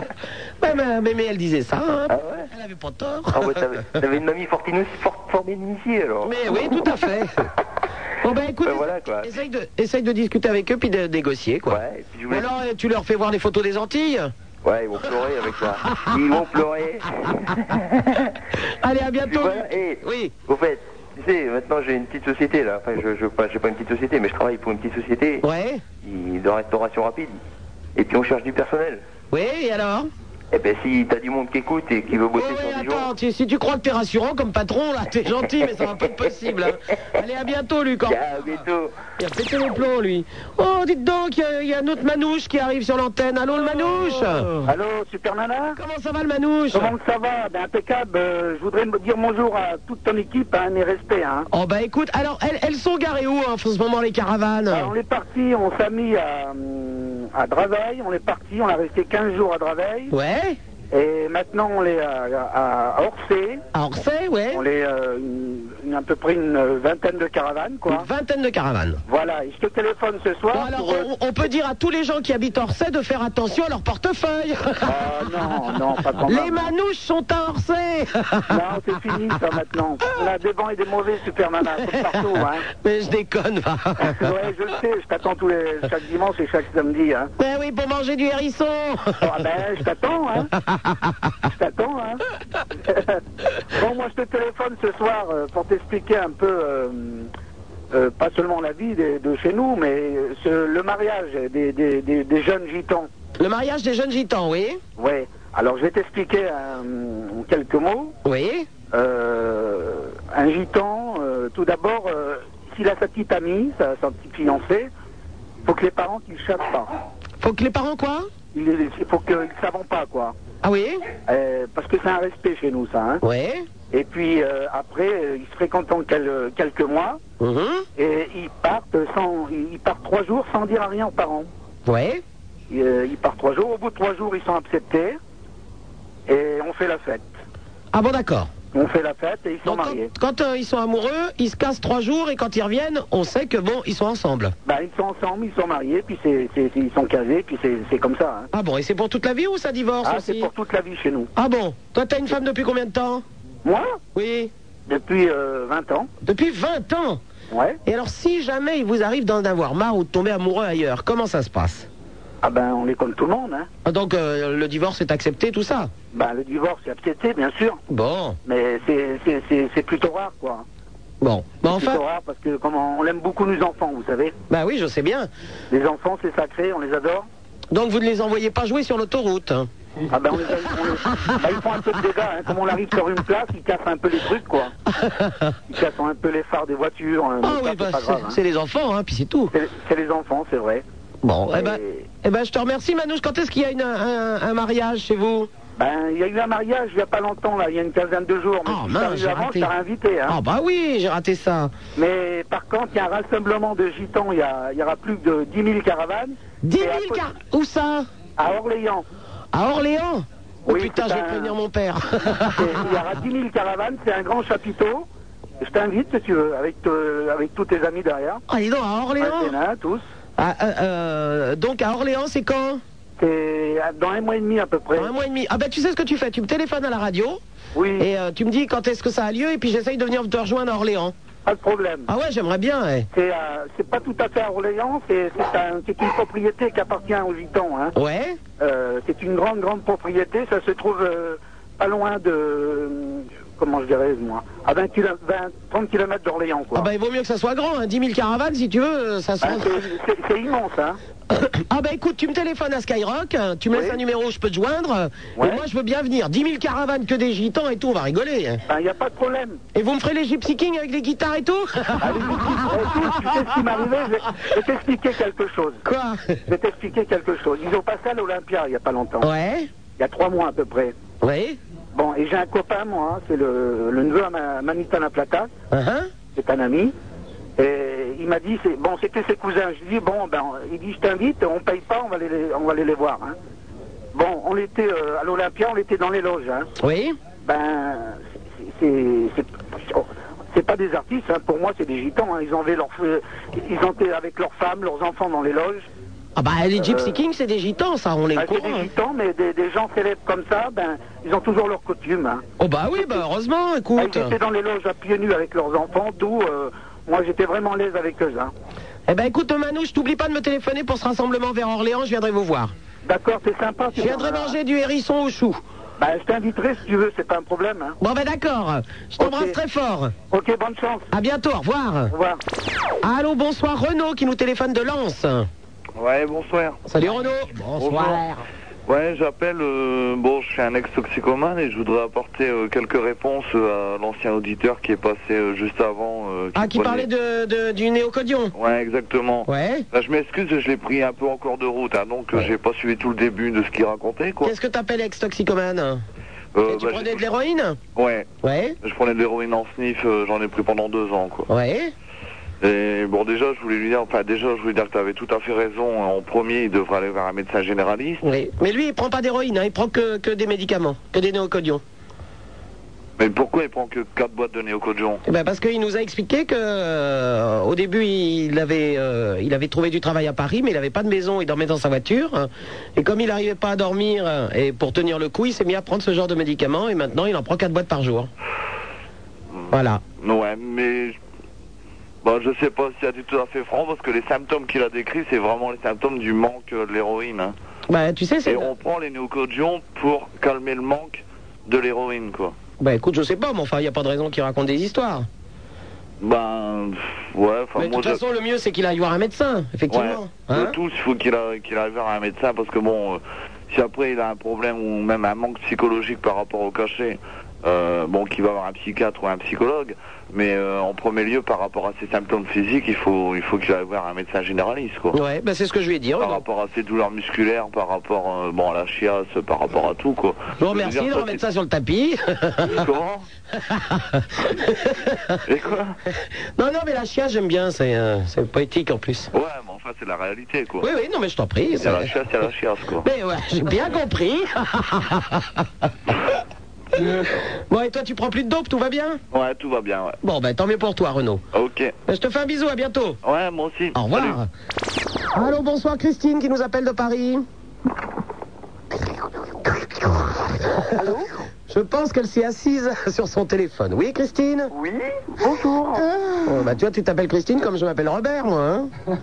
Bah, mais, mais- mais elle disait ça, hein.
Ah ouais
elle avait pas tort.
Ah ouais, t'avais t'avais une mamie fortine- for- formidable ici, alors.
Mais oui, tout à fait. Bon ben écoute,
Ben voilà, quoi.
essaye, de, essaye de discuter avec eux puis de négocier quoi.
Ouais, et puis je
Ou
voulais...
alors euh, tu leur fais voir les photos des Antilles.
Ouais, ils vont pleurer avec ça. Ils vont pleurer.
Allez, à
Puis
bientôt.
voilà, et,
Oui.
Au fait, tu sais, maintenant j'ai une petite société, là. Enfin, je, je, pas, j'ai pas une petite société, mais je travaille pour une petite société
Ouais.
qui- de restauration rapide. Et puis on cherche du personnel.
Oui, et alors
Eh ben, si t'as du monde qui écoute et qui veut bosser
Oui,
sur du jour...
attends, tu- si tu crois que t'es rassurant comme patron, là, t'es gentil, mais ça va pas être possible. hein. Allez, à bientôt, Luc. au revoir.
Ciao, bientôt.
Il a pété mon plomb, lui. Oh, dites donc, il y a- il y, a notre manouche qui arrive sur l'antenne. Allô, le manouche
Allô, Super Nana
Comment ça va, le manouche
Comment ça va ben, Impeccable. Euh, je voudrais me dire bonjour à toute ton équipe, hein, mes respects. Hein.
Oh, bah écoute, alors, elles, elles sont garées où, hein, en ce moment, les caravanes
Alors, Ah, on est parti, on s'est mis à, hum, à Draveil, on est parti, on a resté 15 jours à Draveil.
Ouais
Et maintenant, on est à, à, à Orsay.
À Orsay, ouais.
On est euh, une- une- à peu près une vingtaine de caravanes, quoi.
Une vingtaine de caravanes.
Voilà, et je te téléphone ce soir.
Bon, alors,
pour, euh,
on, on peut dire à tous les gens qui habitent Orsay de faire attention à leur portefeuille.
Ah, non, non, pas quand
les
même.
manouches sont à Orsay.
Non, c'est fini, ça, maintenant. On a des bons et des mauvais Super Nana, comme partout, hein.
Mais je déconne, va.
Ouais, je le sais, je t'attends tous les chaque dimanche et chaque samedi. Hein.
Ben oui, pour manger du hérisson.
Ah ben, je t'attends, hein.
Ah.
Je t'attends, hein. bon, moi, je te téléphone ce soir euh, pour t'expliquer un peu, euh, euh, pas seulement la vie de, de chez nous, mais euh, ce- le mariage des, des, des, des jeunes gitans.
Le mariage des jeunes gitans, oui.
Ouais. Alors, je vais t'expliquer euh, en quelques mots.
Oui.
Euh, un gitan, euh, tout d'abord, euh, s'il a sa petite amie, sa, sa petite fiancée, faut que les parents qu'ils chassent pas.
Faut que les parents quoi
Il il faut qu'ils ne savent pas, quoi.
Ah oui
Euh, parce que c'est un respect chez nous, ça. Hein.
Ouais.
Et puis euh, après, euh, ils se fréquentent en quel- euh, quelques mois
Mhm.
et ils partent sans, ils partent trois jours sans dire à rien aux parents.
Ouais.
Ils, euh, ils partent trois jours. Au bout de trois jours, ils sont acceptés et on fait la fête.
Ah bon, d'accord.
On fait la fête et ils sont
Donc, quand,
mariés.
quand, euh, ils sont amoureux, ils se cassent trois jours et quand ils reviennent, on sait que bon, ils sont ensemble.
Bah, ils sont ensemble, ils sont mariés, puis c'est, c'est- c'est- ils sont casés, puis c'est, c'est comme ça. hein.
Ah bon, et c'est pour toute la vie ou ça divorce
Ah,
aussi
c'est pour toute la vie chez nous.
Ah bon Toi, t'as une femme depuis combien de temps
Moi
Oui.
Depuis 20 ans.
Depuis 20 ans
Ouais.
Et alors, si jamais il vous arrive d'en avoir marre ou de tomber amoureux ailleurs, comment ça se passe
Ah ben, on est comme tout le monde, hein.
Donc, euh, le divorce est accepté, tout ça
Bah, le divorce est accepté, bien sûr.
Bon.
Mais c'est, c'est, c'est, c'est plutôt rare, quoi.
Bon.
C'est
Bah, enfin,
plutôt rare parce que comment on aime beaucoup nos enfants, vous savez.
bah oui, je sais bien.
Les enfants, c'est sacré, on les adore.
Donc, vous ne les envoyez pas jouer sur l'autoroute hein
Ah ben, on les, a- on les- bah, ils font un peu de dégâts, hein. Comme on arrive sur une place, ils cassent un peu les trucs, quoi. Ils cassent un peu les phares des voitures. hein, mais
Ah
ça,
oui,
c'est
bah,
pas
c'est-
grave, hein.
c'est les enfants, hein, puis c'est tout.
C'est- C'est les enfants, c'est vrai.
Bon, eh ben, eh ben, je te remercie, Manouche. Quand est-ce qu'il y a une- un, un mariage chez vous
Ben, il y a eu un mariage il n'y a pas longtemps, là, il y a une quinzaine de jours. Mais
Ah,
si
mince,
t'arrives
j'ai
avant,
raté.
je t'aurais invité. Hein.
Ah bah oui, j'ai raté ça.
Mais par contre, il y a un rassemblement de gitans, il y, a- il y aura plus de 10 000 caravanes.
10 000 caravanes Où ça
À Orléans.
À Orléans Oh
Oui,
putain,
c'est
je vais
un-
prévenir mon père.
C'est- Il y aura 10 000 caravanes, c'est un grand chapiteau. Je t'invite, si tu veux, avec, te- avec tous tes amis derrière.
Ah, dis donc, à Orléans
Athéna, tous.
Ah, euh, euh, donc à Orléans, c'est quand
C'est dans un mois et demi à peu près.
Dans un mois et demi. Ah ben tu sais ce que tu fais, tu me téléphones à la radio.
Oui.
Et euh, tu me dis quand est-ce que ça a lieu et puis j'essaye de venir te rejoindre à Orléans.
Pas de problème.
Ah ouais, j'aimerais bien. Ouais.
C'est euh, c'est pas tout à fait à Orléans, c'est c'est un- c'est une propriété qui appartient aux gitans. Hein.
Ouais.
Euh, c'est une grande, grande propriété. Ça se trouve euh, pas loin de. euh, Comment je dirais, moi À 20 kilo- 20 30 km d'Orléans, quoi.
Ah ben il vaut mieux que ça soit grand, hein. 10 000 caravanes si tu veux, euh, ça se
Bah, c'est- c'est- c'est immense, hein.
Ah ben écoute, tu me téléphones à Skyrock, hein, tu me laisses un numéro, je peux te joindre. euh,
Ouais.
Et moi je veux bien venir. 10 000 caravanes que des gitans et tout, on va rigoler. hein.
Ben, y a pas de problème.
Et vous me ferez les Gypsy Kings avec les guitares et tout Ah.
Écoute, Euh, tu sais ce qui m'est arrivé Je vais- je vais t'expliquer quelque chose.
Quoi
Je vais t'expliquer quelque chose. Ils ont passé à l'Olympia il n'y a pas longtemps.
Ouais.
Il y a trois mois à peu près.
Oui.
Bon, et j'ai un copain, moi, hein, c'est le, le neveu à Ma- Manitana Plata.
Uh-huh.
C'est un ami. Et il m'a dit, c'est, bon, c'était ses cousins. Je lui ai dit, bon, ben, il dit, je t'invite, on paye pas, on va aller les, on va aller les voir. hein. Bon, on était euh, à l'Olympia, on était dans les loges. hein.
Oui.
Ben, c'est, c'est, c'est- oh, c'est pas des artistes, hein. pour moi, c'est des gitans. hein. Ils enlevaient leur, ils entraient avec leurs femmes, leurs enfants dans les loges.
Ah bah les Gypsy
Euh,
Kings c'est des gitans ça, on les
Ah, c'est
courant.
des
hein.
gitans, mais des, des gens célèbres comme ça, ben, ils ont toujours leurs coutumes. hein. Ben,
Oh bah oui, bah heureusement, écoute.
Ils étaient dans les loges à pieds nus avec leurs enfants, tout. euh, moi, j'étais vraiment à l'aise avec eux. hein.
Eh ben écoute Manouche, t'oublie pas de me téléphoner pour ce rassemblement vers Orléans, je viendrai vous voir.
D'accord, c'est sympa.
Je viendrai manger du hérisson au chou.
Bah, je t'inviterai si tu veux, c'est pas un problème. hein.
Bon ben d'accord, je t'embrasse
Ok.
très fort.
Ok, bonne chance.
À bientôt, au revoir. Au
revoir.
Allô, bonsoir Renaud qui nous téléphone de Lens.
Ouais, bonsoir.
Salut Renaud. Bonsoir.
Ouais, j'appelle. euh, bon, je suis un ex-toxicomane et je voudrais apporter euh, quelques réponses euh, à l'ancien auditeur qui est passé euh, juste avant. euh,
Ah qui
prenait-
parlait de, de- du néocodion.
Ouais, exactement.
Ouais.
Bah, je m'excuse, je l'ai pris un peu en cours de route, hein, donc euh, j'ai pas suivi tout le début de ce qu'il racontait, quoi.
Qu'est-ce que t'appelles ex-toxicomane
Euh,
Tu
bah,
prenais de l'héroïne
j'ai- Ouais.
Ouais.
Je prenais de l'héroïne en sniff, euh, j'en ai pris pendant deux ans, quoi.
Ouais.
Et bon, déjà, je voulais lui dire, enfin, déjà, je voulais dire que t'avais tout à fait raison. hein, En premier, il devrait aller vers un médecin généraliste.
Oui. Mais lui il prend pas d'héroïne, hein, il prend que, que des médicaments, que des néocodions.
Mais pourquoi il prend que quatre boîtes de néocodion
Eh ben, parce qu'il nous a expliqué que euh, au début il avait euh, il avait trouvé du travail à Paris mais il n'avait pas de maison il dormait dans sa voiture hein. et comme il n'arrivait pas à dormir hein, et pour tenir le coup il s'est mis à prendre ce genre de médicaments et maintenant il en prend quatre boîtes par jour. Voilà.
Hmm. Ouais, mais je- bon, je sais pas si a du tout à fait franc parce que les symptômes qu'il a décrits, c'est vraiment les symptômes du manque euh, de l'héroïne. hein.
Bah tu sais c'est
Et on prend les néocodions pour calmer le manque de l'héroïne, quoi.
bah écoute je sais pas mais enfin il n'y a pas de raison qu'il raconte des histoires.
Ben, pff, ouais, enfin,
mais de
moi, je-
toute façon le mieux c'est qu'il aille voir un médecin effectivement.
Ouais.
hein.
Le tout, il faut qu'il a- qu'il arrive vers un médecin parce que bon, euh, si après il a un problème ou même un manque psychologique par rapport au cachet, euh, bon, qui va avoir un psychiatre ou un psychologue, mais euh, en premier lieu, par rapport à ses symptômes physiques, il faut, il faut qu'il aille voir un médecin généraliste, quoi.
Ouais, bah c'est ce que je lui ai dit.
Par rapport à ses douleurs musculaires, par rapport, euh, bon, à la chiasse, par rapport à tout, quoi.
Je vous remercie de remettre ça sur le tapis.
Comment Et quoi
Non, non, mais la chiasse, j'aime bien, c'est euh, c'est poétique en plus.
Ouais, mais enfin, c'est la réalité, quoi.
Oui, oui, non, mais je t'en prie.
Il y a la chiasse, il y a la chiasse, quoi.
Mais ouais, j'ai bien compris. bon, et toi, tu prends plus de dope, tout va bien
Ouais, tout va bien, ouais.
Bon, ben tant mieux pour toi, Renaud.
Ok.
Ben, je te fais un bisou, à bientôt.
Ouais, moi aussi.
Au revoir. Allô, bonsoir, Christine qui nous appelle de Paris. Allô Je pense qu'elle s'est assise sur son téléphone. Oui, Christine
Oui, bonjour.
Oh, bah, tu vois, tu t'appelles Christine comme je m'appelle Robert, moi. hein.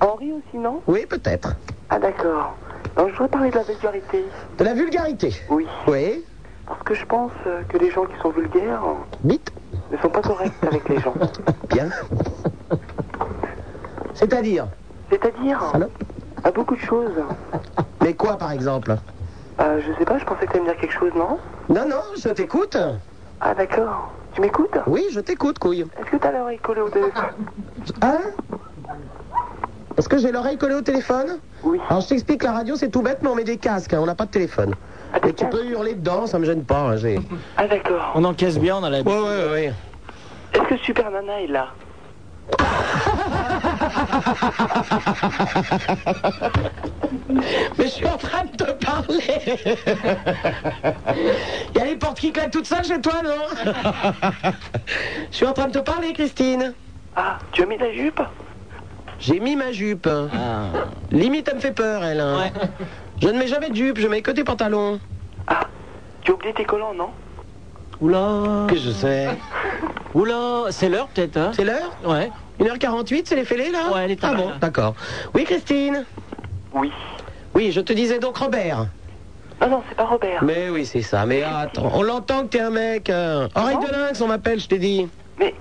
Henri aussi, non
oui, peut-être.
Ah d'accord. Donc je voudrais parler de la vulgarité,
De la vulgarité
Oui.
Oui.
parce que je pense euh, que les gens qui sont vulgaires euh,
Bite
ne sont pas corrects avec les gens. Hein
Bien. C'est-à-dire
C'est-à-dire à beaucoup de choses.
Mais quoi, par exemple
Euh, je sais pas, je pensais que tu me dire quelque chose, non
Non, non, je t'écoute.
Ah d'accord. Tu m'écoutes
Oui, je t'écoute, couille.
Est-ce que t'as l'oreille collée au téléphone
Hein Parce que j'ai l'oreille collée au téléphone Oui. Alors je t'explique, la radio c'est tout bête, mais on met des casques, hein, on n'a pas de téléphone. Et tu peux hurler dedans, ça me gêne pas. hein, j'ai-
Ah d'accord.
On encaisse bien, on a l'habitude. Ouais, ouais, ouais.
Est-ce que Super Nana est là
Mais je suis en train de te parler Il y a les portes qui claquent toutes seules chez toi, non Je suis en train de te parler, Christine.
Ah, tu as mis ta jupe
J'ai mis ma jupe. Ah. Limite, elle me fait peur, elle. hein. Je ne mets jamais de jupe, je mets que des pantalons.
Ah, Tu as oublié tes collants, non
Oula Que je sais Oula C'est l'heure peut-être C'est l'heure Ouais. 1h48, c'est les fêlés là Ouais, les Ah bon, d'accord. Oui, Christine
Oui.
Oui, je te disais donc Robert.
Ah non, c'est pas Robert.
Mais oui, c'est ça. Mais attends, on l'entend que t'es un mec. euh, Oreille de lynx, on m'appelle, je t'ai dit.
Ah Mais,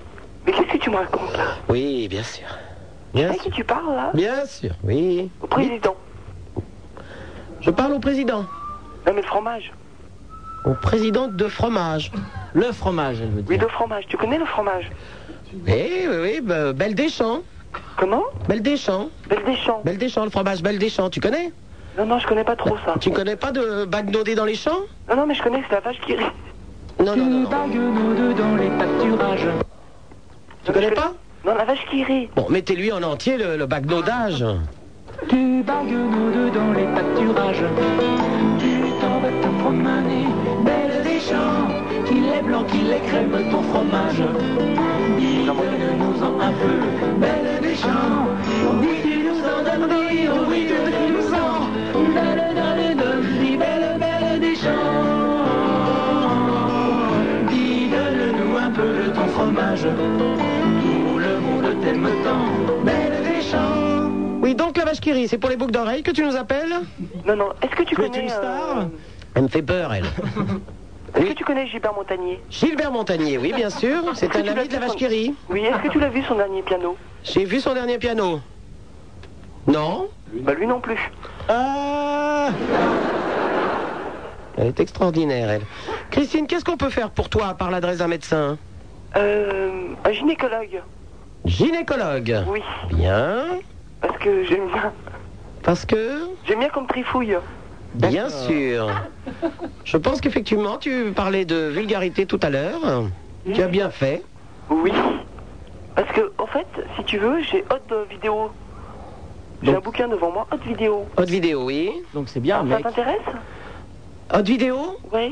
mais qu'est-ce que tu me racontes là
Oui, bien sûr. Bien
À qui tu parles là
Bien sûr, oui.
Au président.
Je parle au président.
Non mais le fromage.
Au président de fromage. Le fromage, elle veut dire.
Oui, le fromage. Tu connais le fromage
Eh Oui, oui, oui, be- Belle Deschamps.
Comment
Belle Deschamps.
Belle Deschamps.
Belle Deschamps, le fromage Belle Deschamps, tu connais
Non, non, je connais pas trop ça.
Tu connais pas de bagnodé dans les champs
Non, non, mais je connais, c'est la vache qui rit.
Non, non, non. dans les pâturages. Tu connais pas
Non, la vache qui rit.
Bon, mettez-lui en entier le, le bagnodage.
Tu bagues dans les pâturages. Tu t'en vas te promener, belle des champs. Qu'il est blanc, qu'il est crème, ton fromage. Donne-nous-en un peu, belle des champs. Oui, tu nous en donnes, oui, oh oui, tu nous en donnes, donnes, donnes, dis belle, belle des champs. Dis, donne-nous un peu de ton fromage. Tout le monde t'aime tant, belle des champs.
Oui, donc la vache qui rit, c'est pour les boucles d'oreilles que tu nous appelles
Non, non, est-ce que tu connais. euh,
Elle me fait peur, elle.
Est-ce que tu connais Gilbert Montagnier
Gilbert Montagnier, oui, bien sûr, c'est
Est-ce que
un
tu
ami
l'as
de la
vu
vache
son-
qui rit.
Oui, est-ce que tu l'as vu son dernier piano
J'ai vu son dernier piano. Non
Bah lui non plus.
Ah Elle est extraordinaire, elle. Christine, qu'est-ce qu'on peut faire pour toi à part l'adresse d'un médecin
Euh, un gynécologue.
Gynécologue
Oui.
Bien.
Parce que j'aime bien.
Parce que
J'aime bien comme trifouille.
Bien sûr. Je pense qu'effectivement, tu parlais de vulgarité tout à l'heure. Tu as bien fait.
Oui. Parce que, en fait, si tu veux, j'ai haute euh, vidéo. J'ai un bouquin devant moi, haute vidéo.
Ah, Haute vidéo, oui. Donc c'est bien,
Ça t'intéresse
Haute vidéo
Oui.